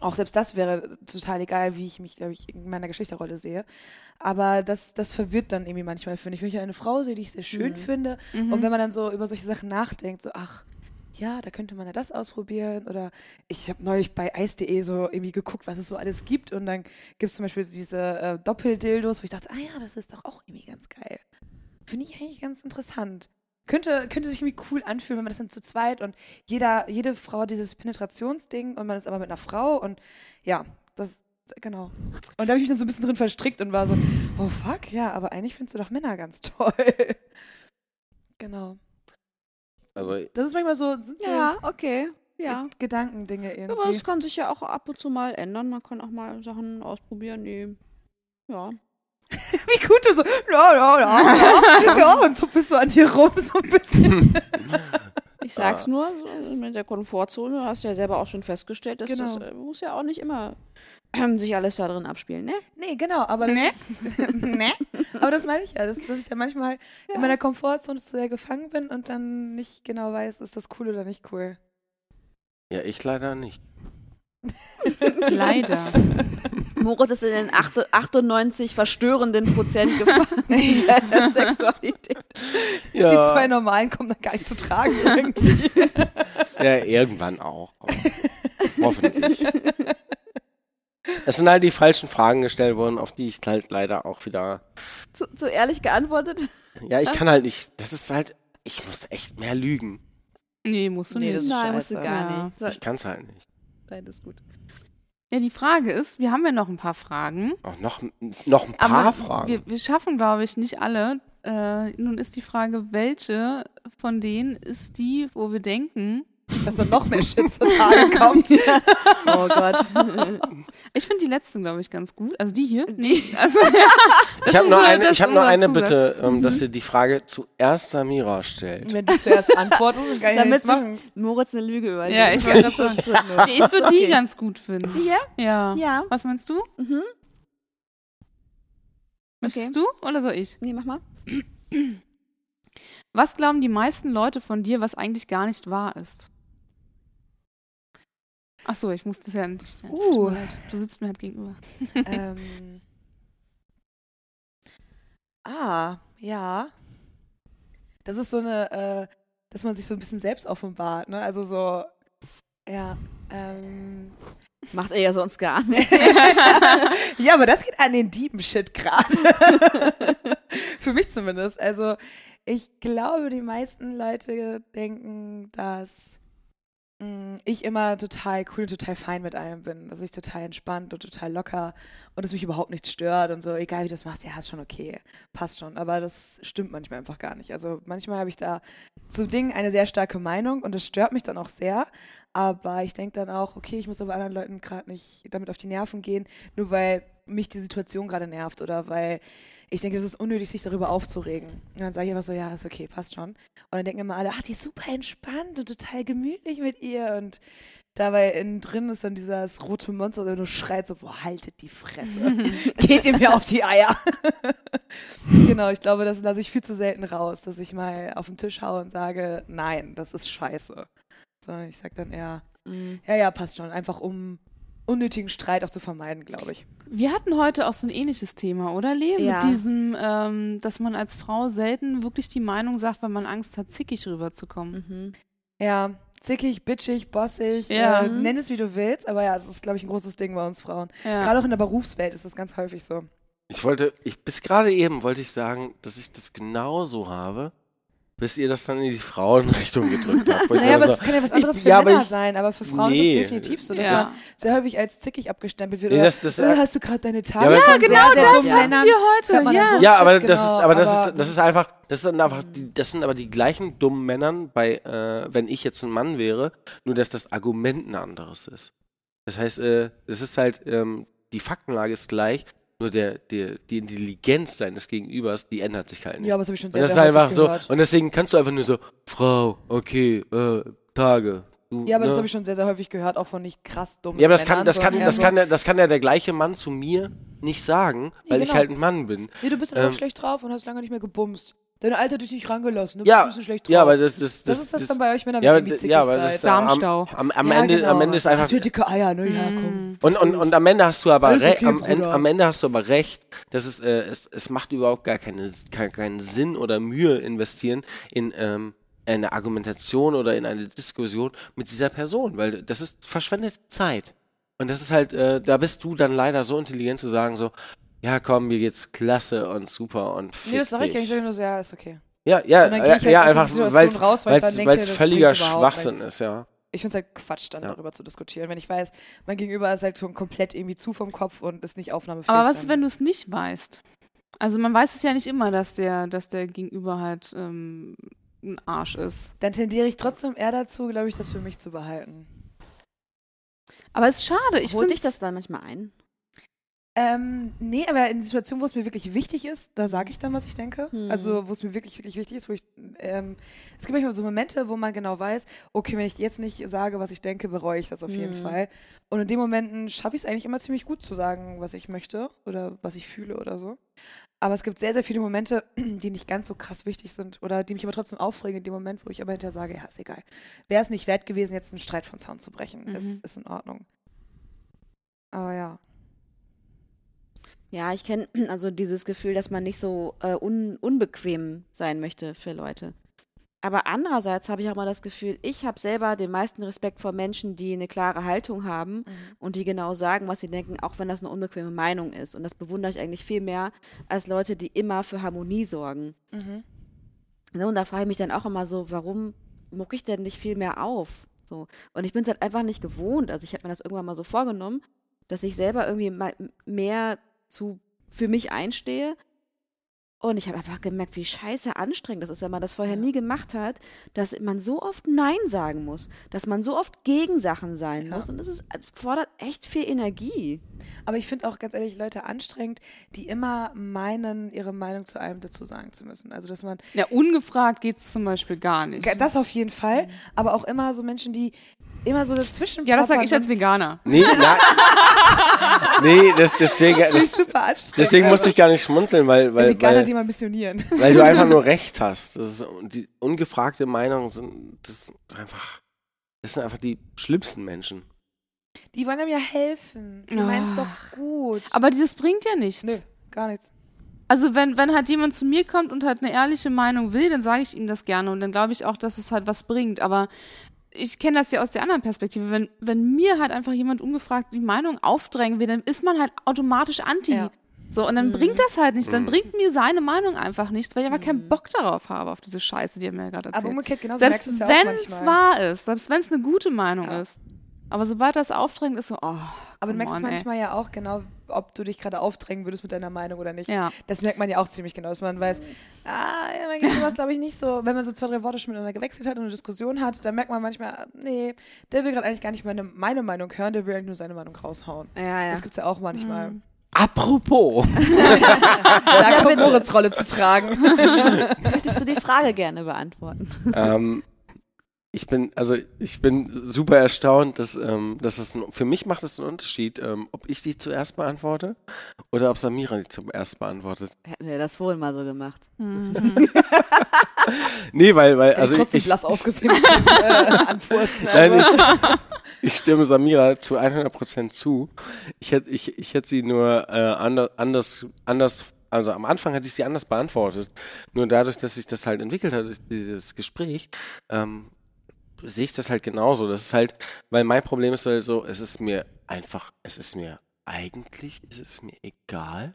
Auch selbst das wäre total egal, wie ich mich, glaube ich, in meiner Geschlechterrolle sehe. Aber das, das verwirrt dann irgendwie manchmal, finde ich. Wenn ich eine Frau sehe, die ich sehr schön Mhm. finde, Mhm. und wenn man dann so über solche Sachen nachdenkt, so, ach, ja, da könnte man ja das ausprobieren. Oder ich habe neulich bei ice.de so irgendwie geguckt, was es so alles gibt. Und dann gibt es zum Beispiel diese äh, Doppeldildos, wo ich dachte, ah ja, das ist doch auch irgendwie ganz geil. Finde ich eigentlich ganz interessant. Könnte, könnte sich irgendwie cool anfühlen, wenn man das dann zu zweit und jeder, jede Frau hat dieses Penetrationsding und man ist aber mit einer Frau und ja, das, genau. Und da habe ich mich dann so ein bisschen drin verstrickt und war so, oh fuck, ja, aber eigentlich findest du doch Männer ganz toll. Genau. Also Das ist manchmal so, sind so Ja, okay. Ja. Ge- Gedankendinge irgendwie. Aber das kann sich ja auch ab und zu mal ändern. Man kann auch mal Sachen ausprobieren, die. Ja. Wie gut du so, ja, ja, ja, ja, ja, und so bist du an dir rum, so ein bisschen. Ich sag's nur, so mit der Komfortzone hast du ja selber auch schon festgestellt, dass Genau. das äh, muss ja auch nicht immer sich alles da drin abspielen, ne? Nee, genau, aber das, Ne? ne? aber das meine ich ja, dass, dass ich dann manchmal in meiner Komfortzone zu sehr gefangen bin und dann nicht genau weiß, ist das cool oder nicht cool. Ja, ich leider nicht. Leider. Moritz ist in den achte- 98 verstörenden Prozent gefangen seiner Sexualität. Die zwei normalen kommen dann gar nicht zu tragen irgendwie. Ja, irgendwann auch. Aber Hoffentlich. Es sind halt die falschen Fragen gestellt worden, auf die ich halt leider auch wieder. Zu, zu ehrlich geantwortet? Ja, ich kann halt nicht. Das ist halt. Ich muss echt mehr lügen. Nee, musst du nicht. Nein, musst musst du gar nicht. So, Ich kann's halt nicht. Nein, das ist gut. Ja, die Frage ist, wir haben ja noch ein paar Fragen. Auch noch, noch ein paar Fragen. Wir, wir schaffen, glaube ich, nicht alle. Äh, nun ist die Frage, welche von denen ist die, wo wir denken? Dass dann noch mehr Shit zutage kommt. Oh Gott. Ich finde die letzten, glaube ich, ganz gut. Also die hier. Die- Also, ich habe nur ist, äh, eine, das ich hab ist nur unser eine Zusatz. Bitte, ähm, Mhm. dass ihr die Frage zuerst Samira stellt. Wenn du zuerst antwortest, dann kann ich Damit nichts sich machen. Moritz eine Lüge überlegt. ja, ich wollte gerade sagen. Nee, ich würde die ganz gut finden. Ja? Ja. Ja. Was meinst du? Mhm. Möchtest du oder soll ich? Nee, mach mal. Was glauben die meisten Leute von dir, was eigentlich gar nicht wahr ist? Ach so, ich muss das ja nicht stellen. Tut Uh. mir leid. Du sitzt mir halt gegenüber. ähm. Ah, ja. Das ist so eine, äh, dass man sich so ein bisschen selbst offenbart, ne? Also so, ja. Ähm. Macht er ja sonst gar nicht. Ja, aber das geht an den Dieben-Shit gerade. Für mich zumindest. Also, ich glaube, die meisten Leute denken, dass mh, ich immer total cool und total fein mit allem bin. Dass ich total entspannt und total locker und es mich überhaupt nicht stört und so, egal wie du es machst, ja, ist schon okay. Passt schon. Aber das stimmt manchmal einfach gar nicht. Also, manchmal habe ich da zu Dingen eine sehr starke Meinung und das stört mich dann auch sehr. Aber ich denke dann auch, okay, ich muss aber anderen Leuten gerade nicht damit auf die Nerven gehen, nur weil mich die Situation gerade nervt oder weil ich denke, das ist unnötig, sich darüber aufzuregen. Und dann sage ich einfach so, ja, ist okay, passt schon. Und dann denken immer alle, ach, die ist super entspannt und total gemütlich mit ihr. Und dabei innen drin ist dann dieses rote Monster, der nur schreit so, boah, haltet die Fresse. Geht ihr mir auf die Eier. genau, ich glaube, das lasse ich viel zu selten raus, dass ich mal auf den Tisch haue und sage, nein, das ist scheiße. Sondern ich sage dann eher, Mhm. ja, ja, passt schon. Einfach um unnötigen Streit auch zu vermeiden, glaube ich. Wir hatten heute auch so ein ähnliches Thema, oder Leben? Ja. Mit diesem, ähm, dass man als Frau selten wirklich die Meinung sagt, weil man Angst hat, zickig rüberzukommen. Mhm. Ja, zickig, bitchig, bossig, Ja. Mhm. äh, nenn es wie du willst, aber ja, es ist, glaube ich, ein großes Ding bei uns Frauen. Ja. Gerade auch in der Berufswelt ist das ganz häufig so. Ich wollte, ich bis gerade eben wollte ich sagen, dass ich das genauso habe, bis ihr das dann in die Frauenrichtung gedrückt habt. Wo ich Naja, dann aber so, es kann ja was anderes also ich- für ja, aber Männer ich- sein, aber für Frauen Nee. ist es definitiv so, dass Ja. das sehr häufig als zickig abgestempelt wird. Nee, oder, das- das- äh, hast du gerade deine Tage? aber- Ja, von Genau sehr, sehr das dummen hatten Männern. hört wir man heute. dann Ja. so. ja, aber Shit, das genau, ist, aber das aber ist, das ist einfach, das sind einfach, die, das sind aber die gleichen dummen Männern bei, äh, wenn ich jetzt ein Mann wäre, nur dass das Argument ein anderes ist. Das heißt, äh, es ist halt, ähm, die Faktenlage ist gleich, nur der, der, die Intelligenz seines Gegenübers, die ändert sich halt nicht. Ja, aber das habe ich schon und sehr, das ist sehr häufig einfach so, gehört. und deswegen kannst du einfach nur so, Frau, okay, äh, Tage. Du, ja, aber das ne? habe ich schon sehr, sehr häufig gehört, auch von nicht krass dummen Ja, aber das Männern. kann, das kann, sondern das eher kann, ja, das kann ja der gleiche Mann zu mir nicht sagen, weil ich genau. halt ein Mann bin. so, nee, du bist einfach ähm, schlecht drauf und hast lange nicht mehr gebumst. Deine Alter hat dich nicht rangelassen, du Ja, bist ein bisschen schlecht drauf. ja, aber das, das, Das, das, ist das, dann bei euch Männern, ja, wenn aber, ihr irgendwie d- zickig ja, aber das seid. ist am, Darmstau. am, am, am, Ja, Ende, genau. am Ende ist einfach Hast du dicke Eier, ne? Ja, komm. Mhm. und, und, und am Ende hast du aber Alles re- okay, am, Ende, Bruder. am Ende hast du aber recht, dass es, äh, es, es macht überhaupt gar keine, kein, keinen Sinn oder Mühe investieren in ähm, eine Argumentation oder in eine Diskussion mit dieser Person, weil das ist verschwendete Zeit. Und das ist halt, äh, da bist du dann leider so intelligent zu sagen so, ja komm, mir geht's klasse und super und fick Nee, das sag ich dich. gar nicht. Ich sag nur so, ja, ist okay. Ja, ja, Und dann gehe ja, ich halt ja aus der einfach, Situation weil es raus, weil ich dann denke, das völliger bringt überhaupt Schwachsinn nichts. ist, ja. Ich finde es halt Quatsch, dann Ja. darüber zu diskutieren. Wenn ich weiß, mein Gegenüber ist halt schon komplett irgendwie zu vom Kopf und ist nicht aufnahmefähig. Aber was ist, dann- wenn du es nicht weißt? Also man weiß es ja nicht immer, dass der, dass der Gegenüber halt ähm, ein Arsch ist. Dann tendiere ich trotzdem eher dazu, glaube ich, das für mich zu behalten. Aber es ist schade. Ich Holt finde dich das dann manchmal ein? Ähm, nee, aber in Situationen, wo es mir wirklich wichtig ist, da sage ich dann, was ich denke. Hm. Also, wo es mir wirklich, wirklich wichtig ist, wo ich. Ähm, es gibt manchmal so Momente, wo man genau weiß, okay, wenn ich jetzt nicht sage, was ich denke, bereue ich das auf jeden Hm. Fall. Und in den Momenten schaffe ich es eigentlich immer ziemlich gut zu sagen, was ich möchte oder was ich fühle oder so. Aber es gibt sehr, sehr viele Momente, die nicht ganz so krass wichtig sind oder die mich aber trotzdem aufregen in dem Moment, wo ich aber hinterher sage, ja, ist egal. Wäre es nicht wert gewesen, jetzt einen Streit vom Zaun zu brechen. Es Mhm. ist in Ordnung. Aber ja. Ja, ich kenne also dieses Gefühl, dass man nicht so äh, un unbequem sein möchte für Leute. Aber andererseits habe ich auch mal das Gefühl, ich habe selber den meisten Respekt vor Menschen, die eine klare Haltung haben und die genau sagen, was sie denken, auch wenn das eine unbequeme Meinung ist. Und das bewundere ich eigentlich viel mehr als Leute, die immer für Harmonie sorgen. Mhm. Ne, und da frage ich mich dann auch immer so, warum muck ich denn nicht viel mehr auf? So. Und ich bin es halt einfach nicht gewohnt. Also ich habe mir das irgendwann mal so vorgenommen, dass ich selber irgendwie mal mehr zu, für mich einstehe. Und ich habe einfach gemerkt, wie scheiße anstrengend das ist, wenn man das vorher nie gemacht hat, dass man so oft Nein sagen muss, dass man so oft gegen Sachen sein Ja. muss. Und das ist, es fordert echt viel Energie. Aber ich finde auch ganz ehrlich Leute anstrengend, die immer meinen, ihre Meinung zu allem dazu sagen zu müssen. Also dass man Ja, ungefragt geht es zum Beispiel gar nicht. das auf jeden Fall, aber auch immer so Menschen, die immer so dazwischen. ja, das sage plappern ich als und- Veganer. Nee, nein. nee, das, deswegen, Finde ich das, super anstrengend. deswegen musste ich gar nicht schmunzeln, weil, weil, Veganer, weil, die mal missionieren. weil du einfach nur recht hast. Das ist, die ungefragte Meinungen sind, das ist einfach, das sind einfach die schlimmsten Menschen. Die wollen einem ja helfen. Du meinst doch gut. Aber das bringt ja nichts. Nö, gar nichts. Also wenn, wenn halt jemand zu mir kommt und halt eine ehrliche Meinung will, dann sage ich ihm das gerne und dann glaube ich auch, dass es halt was bringt. Aber ich kenne das ja aus der anderen Perspektive. Wenn, wenn mir halt einfach jemand ungefragt die Meinung aufdrängen will, dann ist man halt automatisch anti. Ja. Mhm. So, und dann bringt das halt nichts. Dann bringt mir seine Meinung einfach nichts, weil ich aber keinen Bock darauf habe, auf diese Scheiße, die er mir gerade Mhm. Aber erzählt. umgekehrt genauso selbst merkst du es ja wenn auch es manchmal. wahr ist, selbst wenn es eine gute Meinung Ja. ist. Aber sobald das aufdrängt, ist so, oh, aber du merkst on, ey. manchmal ja auch genau, ob du dich gerade aufdrängen würdest mit deiner Meinung oder nicht. Ja. Das merkt man ja auch ziemlich genau, dass man weiß, ah, ja, mein Gegenüber ist, glaube ich, nicht so. Wenn man so zwei, drei Worte schon miteinander gewechselt hat und eine Diskussion hat, dann merkt man manchmal, ah, nee, der will gerade eigentlich gar nicht meine, meine Meinung hören, der will eigentlich nur seine Meinung raushauen. Ja, Das gibt's ja auch manchmal. Mhm. Apropos. Da kommt Moritz Rolle zu Also tragen. Möchtest du die Frage gerne beantworten? ähm, ich bin, also ich bin super erstaunt, dass, ähm, dass es ein, für mich macht es einen Unterschied, ähm, ob ich die zuerst beantworte oder ob Samira die zuerst beantwortet. Hätten wir das vorhin mal so gemacht. Mhm. Nee, weil, weil, Also also trotzdem ich, blass ausgesehen mit dem, äh, Anfurzen. Nein, aber- ich, ich stimme Samira zu 100% zu. Ich hätte ich, ich hätt sie nur äh, ander, anders, anders, also am Anfang hätte ich sie anders beantwortet. Nur dadurch, dass sich das halt entwickelt hat, dieses Gespräch, ähm, sehe ich das halt genauso. Das ist halt, weil mein Problem ist halt so, es ist mir einfach, es ist mir eigentlich, ist es mir egal,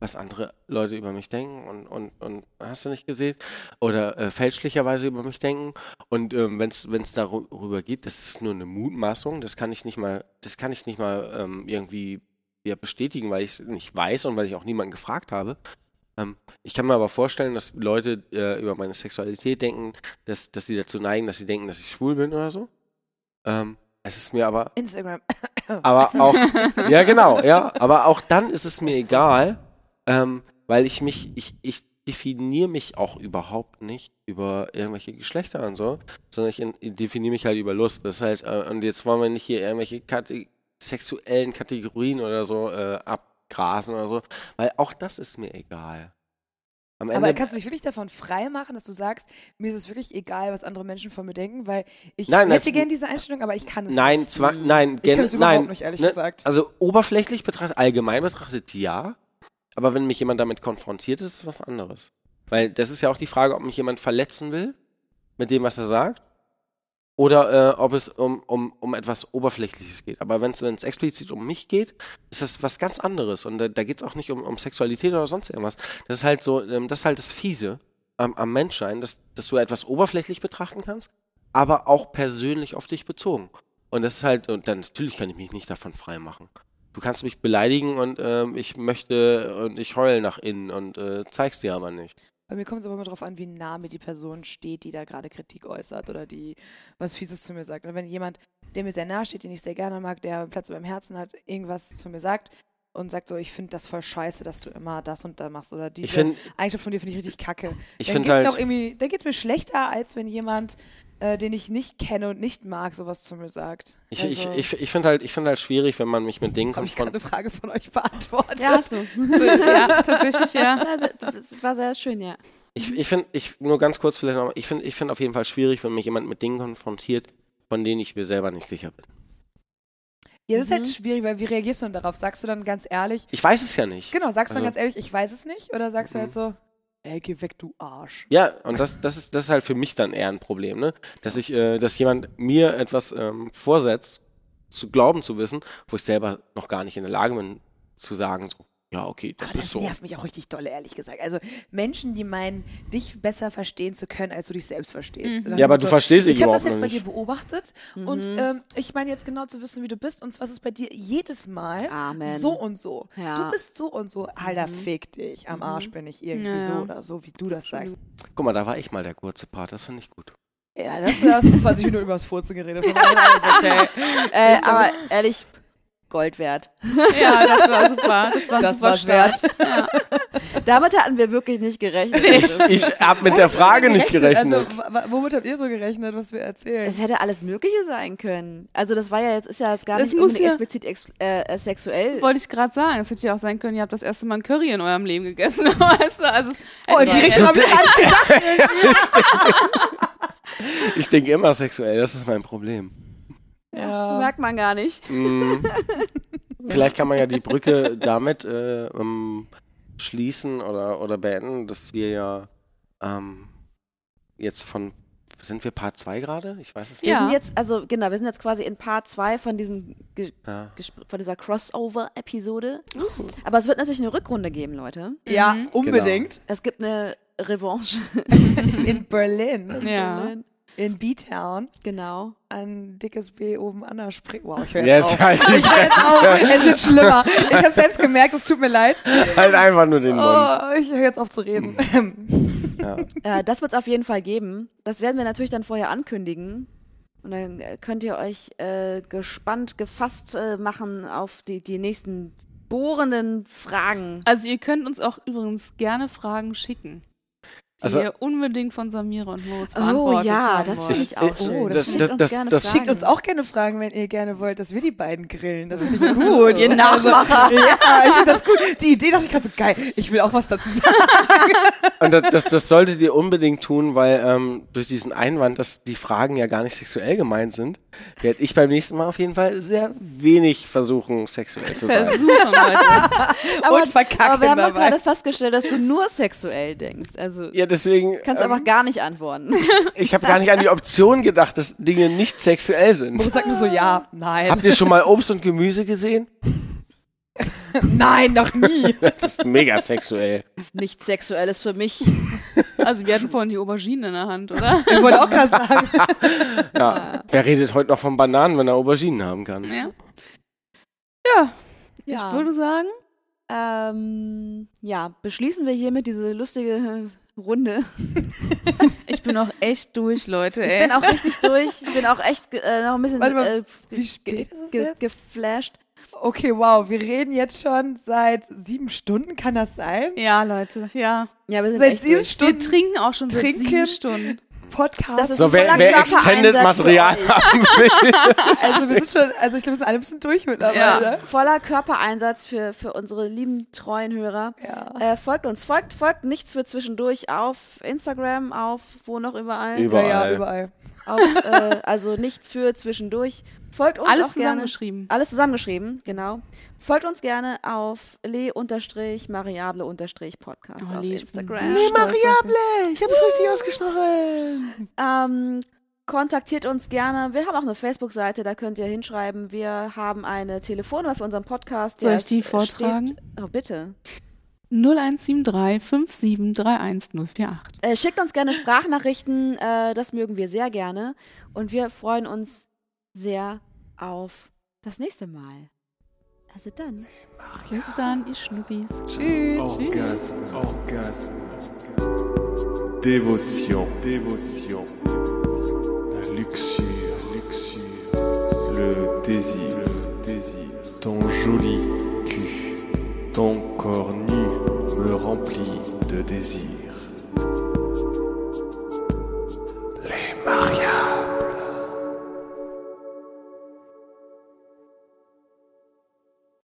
was andere Leute über mich denken und, und, und hast du nicht gesehen? Oder äh, fälschlicherweise über mich denken. Und ähm, wenn es darüber geht, das ist nur eine Mutmaßung, das kann ich nicht mal, das kann ich nicht mal ähm, irgendwie ja, bestätigen, weil ich es nicht weiß und weil ich auch niemanden gefragt habe. Ähm, ich kann mir aber vorstellen, dass Leute äh, über meine Sexualität denken, dass, dass sie dazu neigen, dass sie denken, dass ich schwul bin oder so. Ähm, es ist mir aber Instagram. aber auch, ja genau, ja, aber auch dann ist es mir egal, ähm, weil ich mich, ich, ich definiere mich auch überhaupt nicht über irgendwelche Geschlechter und so, sondern ich, in- ich definiere mich halt über Lust. Das heißt, äh, und jetzt wollen wir nicht hier irgendwelche Kate sexuellen Kategorien oder so äh, abgrasen oder so, weil auch das ist mir egal. Am Aber Ende, kannst du dich wirklich davon frei machen, dass du sagst, mir ist es wirklich egal, was andere Menschen von mir denken, weil ich Nein, hätte das- gerne diese Einstellung, aber ich kann es nein, nicht. Hm. zwar, nein, Ich gen- kann es überhaupt nein, nicht, ehrlich ne, gesagt. Also oberflächlich betrachtet, allgemein betrachtet ja, aber wenn mich jemand damit konfrontiert, ist es was anderes. Weil das ist ja auch die Frage, ob mich jemand verletzen will mit dem, was er sagt, oder äh, ob es um, um, um etwas Oberflächliches geht. Aber wenn es explizit um mich geht, ist das was ganz anderes. Und da, da geht es auch nicht um, um Sexualität oder sonst irgendwas. Das ist halt so, ähm, das ist halt das Fiese. am, am Menschsein, dass, dass du etwas oberflächlich betrachten kannst, aber auch persönlich auf dich bezogen. Und das ist halt, und dann natürlich kann ich mich nicht davon freimachen. Du kannst mich beleidigen und ähm, ich möchte und ich heul nach innen und äh, zeig's dir aber nicht. Bei mir kommt es aber immer darauf an, wie nah mir die Person steht, die da gerade Kritik äußert oder die was Fieses zu mir sagt. Und wenn jemand, der mir sehr nahe steht, den ich sehr gerne mag, der einen Platz in meinem Herzen hat, irgendwas zu mir sagt und sagt so, ich finde das voll scheiße, dass du immer das und da machst oder diese Ich finde, Eigenschaft von dir finde ich richtig kacke. ich dann finde geht's mir auch halt, irgendwie, dann geht's mir schlechter, als wenn jemand, äh, den ich nicht kenne und nicht mag, sowas zu mir sagt. ich, ich, ich, ich finde halt, ich finde halt schwierig, wenn man mich mit Dingen habe ich gerade konfrontiert. eine Frage von euch beantwortet. Ja, hast du. So, ja, tatsächlich, ja. Ja, se- das war sehr schön, ja. Ich, ich finde, ich, nur ganz kurz vielleicht nochmal, ich finde ich find auf jeden Fall schwierig, wenn mich jemand mit Dingen konfrontiert, von denen ich mir selber nicht sicher bin. Ja, das ist halt Mhm. schwierig, weil wie reagierst du denn darauf? Sagst du dann ganz ehrlich, Ich weiß es ja nicht. genau, sagst du dann Also- ganz ehrlich, ich weiß es nicht? Oder sagst du Mhm. halt so, ey, geh weg, du Arsch. Ja, und das, das, ist, das ist halt für mich dann eher ein Problem, ne? Dass ich, äh, dass jemand mir etwas ähm, vorsetzt, zu glauben zu wissen, wo ich selber noch gar nicht in der Lage bin, zu sagen, so, ja, okay, das Aber ist so. nervt mich auch richtig doll, ehrlich gesagt. Also Menschen, die meinen, dich besser verstehen zu können, als du dich selbst verstehst. Mhm. Oder Ja, aber so, du verstehst dich Ich habe das überhaupt noch jetzt bei dir nicht. beobachtet und Mhm. ähm, ich meine jetzt genau zu wissen, wie du bist und zwar ist es bei dir jedes Mal Amen. so und so. Ja. Du bist so und so. Alter, fick dich. Am Arsch bin ich irgendwie Mhm. Ja. so oder so, wie du das sagst. Guck mal, da war ich mal der kurze Part, das finde ich gut. Ja, das hast 20 Minuten über das Furzen geredet. Von daher alles okay. Äh, aber ehrlich, Gold wert. Ja, das war super. Das war ein Das super war's wert. Start. Ja. Damit hatten wir wirklich nicht Ich, gerechnet. Also, ich habe mit der Frage nicht gerechnet. Also, wa- wa- womit habt ihr so gerechnet, was wir erzählen? Es hätte alles Mögliche sein können. Also das war ja jetzt, ist ja jetzt gar Das nicht muss unbedingt ja- explizit ex äh, äh, sexuell. Wollte ich gerade sagen. Es hätte ja auch sein können, ihr habt das erste Mal ein Curry in eurem Leben gegessen. Weißt du? also, es- Oh, in die Richtung hab ich gar nicht gedacht. Ich denke immer sexuell, das ist mein Problem. Ja. Merkt man gar nicht. Mm, vielleicht kann man ja die Brücke damit äh, ähm, schließen oder, oder beenden, dass wir ja ähm, jetzt von, sind wir Part 2 gerade? Ich weiß es nicht. Wir Ja. sind jetzt, also genau, wir sind jetzt quasi in Part 2 von diesem Ge Ja. Gespr- von dieser Crossover-Episode. Aber es wird natürlich eine Rückrunde geben, Leute. ja, Genau. unbedingt. Es gibt eine Revanche. In Berlin, Mhm. Ja. in B-Town, Genau. ein dickes B oben an der Spree. Wow, ich höre Ja, jetzt ist auf. halt, ich Es wird schlimmer. Ich habe selbst gemerkt, es tut mir leid. halt einfach nur den Mund. Oh, ich höre jetzt auf zu reden. Ja. Äh, das wird es auf jeden Fall geben. Das werden wir natürlich dann vorher ankündigen. Und dann äh, könnt ihr euch äh, gespannt gefasst äh, machen auf die, die nächsten bohrenden Fragen. also ihr könnt uns auch übrigens gerne Fragen schicken, die Also- ihr unbedingt von Samira und Moritz Oh, beantwortet ja, haben das wollt. finde ich auch Ist- schön. oh, das- Schickt das- uns das- gerne das- Fragen. Schickt uns auch gerne Fragen, wenn ihr gerne wollt, dass wir die beiden grillen. Das finde ich gut. Ihr Nachmacher. Also, ja, ich finde das gut. Die Idee dachte ich gerade so geil. Ich will auch was dazu sagen. Und das, das, das solltet ihr unbedingt tun, weil ähm, durch diesen Einwand, dass die Fragen ja gar nicht sexuell gemeint sind, werde ich beim nächsten Mal auf jeden Fall sehr wenig versuchen, sexuell zu sein. Versuchen, Leute. Aber, und verkacken aber wir haben auch dabei. gerade festgestellt, dass du nur sexuell denkst. Also Ja, deswegen, kannst ähm, einfach gar nicht antworten. ich habe gar nicht an die Option gedacht, dass Dinge nicht sexuell sind. Moritz sagt nur so, ja, nein. Habt ihr schon mal Obst und Gemüse gesehen? Nein, noch nie. Das ist mega sexuell. Nichts Sexuelles für mich. Also wir hatten vorhin die Aubergine in der Hand, oder? Ich wollte auch gerade sagen. Ja. Wer redet heute noch von Bananen, wenn er Auberginen haben kann? Ja. Ja, Ja. ich würde sagen, Ähm, ja, beschließen wir hiermit diese lustige Runde. ich bin auch echt durch, Leute. Ey. Ich bin auch richtig durch. Ich bin auch echt ge- äh, noch ein bisschen Warte mal, äh, wie spät ist es ge jetzt? geflasht. Okay, wow, wir reden jetzt schon seit sieben Stunden, kann das sein? ja, Leute, ja. Ja, wir sind Seit echt sieben durch. Wir Stunden trinken auch schon seit Trinken. sieben Stunden. Podcast. Das ist So, ein wer, voller wer knapper Extended Einsatz für Material euch. haben will. also wir sind schon, also ich glaube, wir sind alle ein bisschen durch mittlerweile. Voller Körpereinsatz für, für unsere lieben treuen Hörer. Ja. Äh, folgt uns, folgt, folgt nichts für zwischendurch auf Instagram, auf wo noch überall. Überall. Ja, ja, überall. Auf, äh, also nichts für zwischendurch. Folgt uns Alles auch gerne. zusammengeschrieben. Alles zusammengeschrieben, genau. Folgt uns gerne auf le-mariable-podcast Oh, auf Lee, ich bin Instagram. so Mariable. Ich hab's richtig ausgesprochen. Ähm, kontaktiert uns gerne. Wir haben auch eine Facebook-Seite, da könnt ihr hinschreiben. Wir haben eine Telefonnummer für unseren Podcast. Soll der ich die ist- vortragen? Steht, oh, bitte. 0173 5731048. Äh, schickt uns gerne Sprachnachrichten, äh, das mögen wir sehr gerne. Und wir freuen uns sehr auf das nächste Mal. Also dann. Bis dann, ihr Schnuppis. Tschüss. Orgasme, orgasme, dévotion, dévotion, la luxure, luxure, le désir, le désir, ton joli cul, ton corps nu me remplit de désir.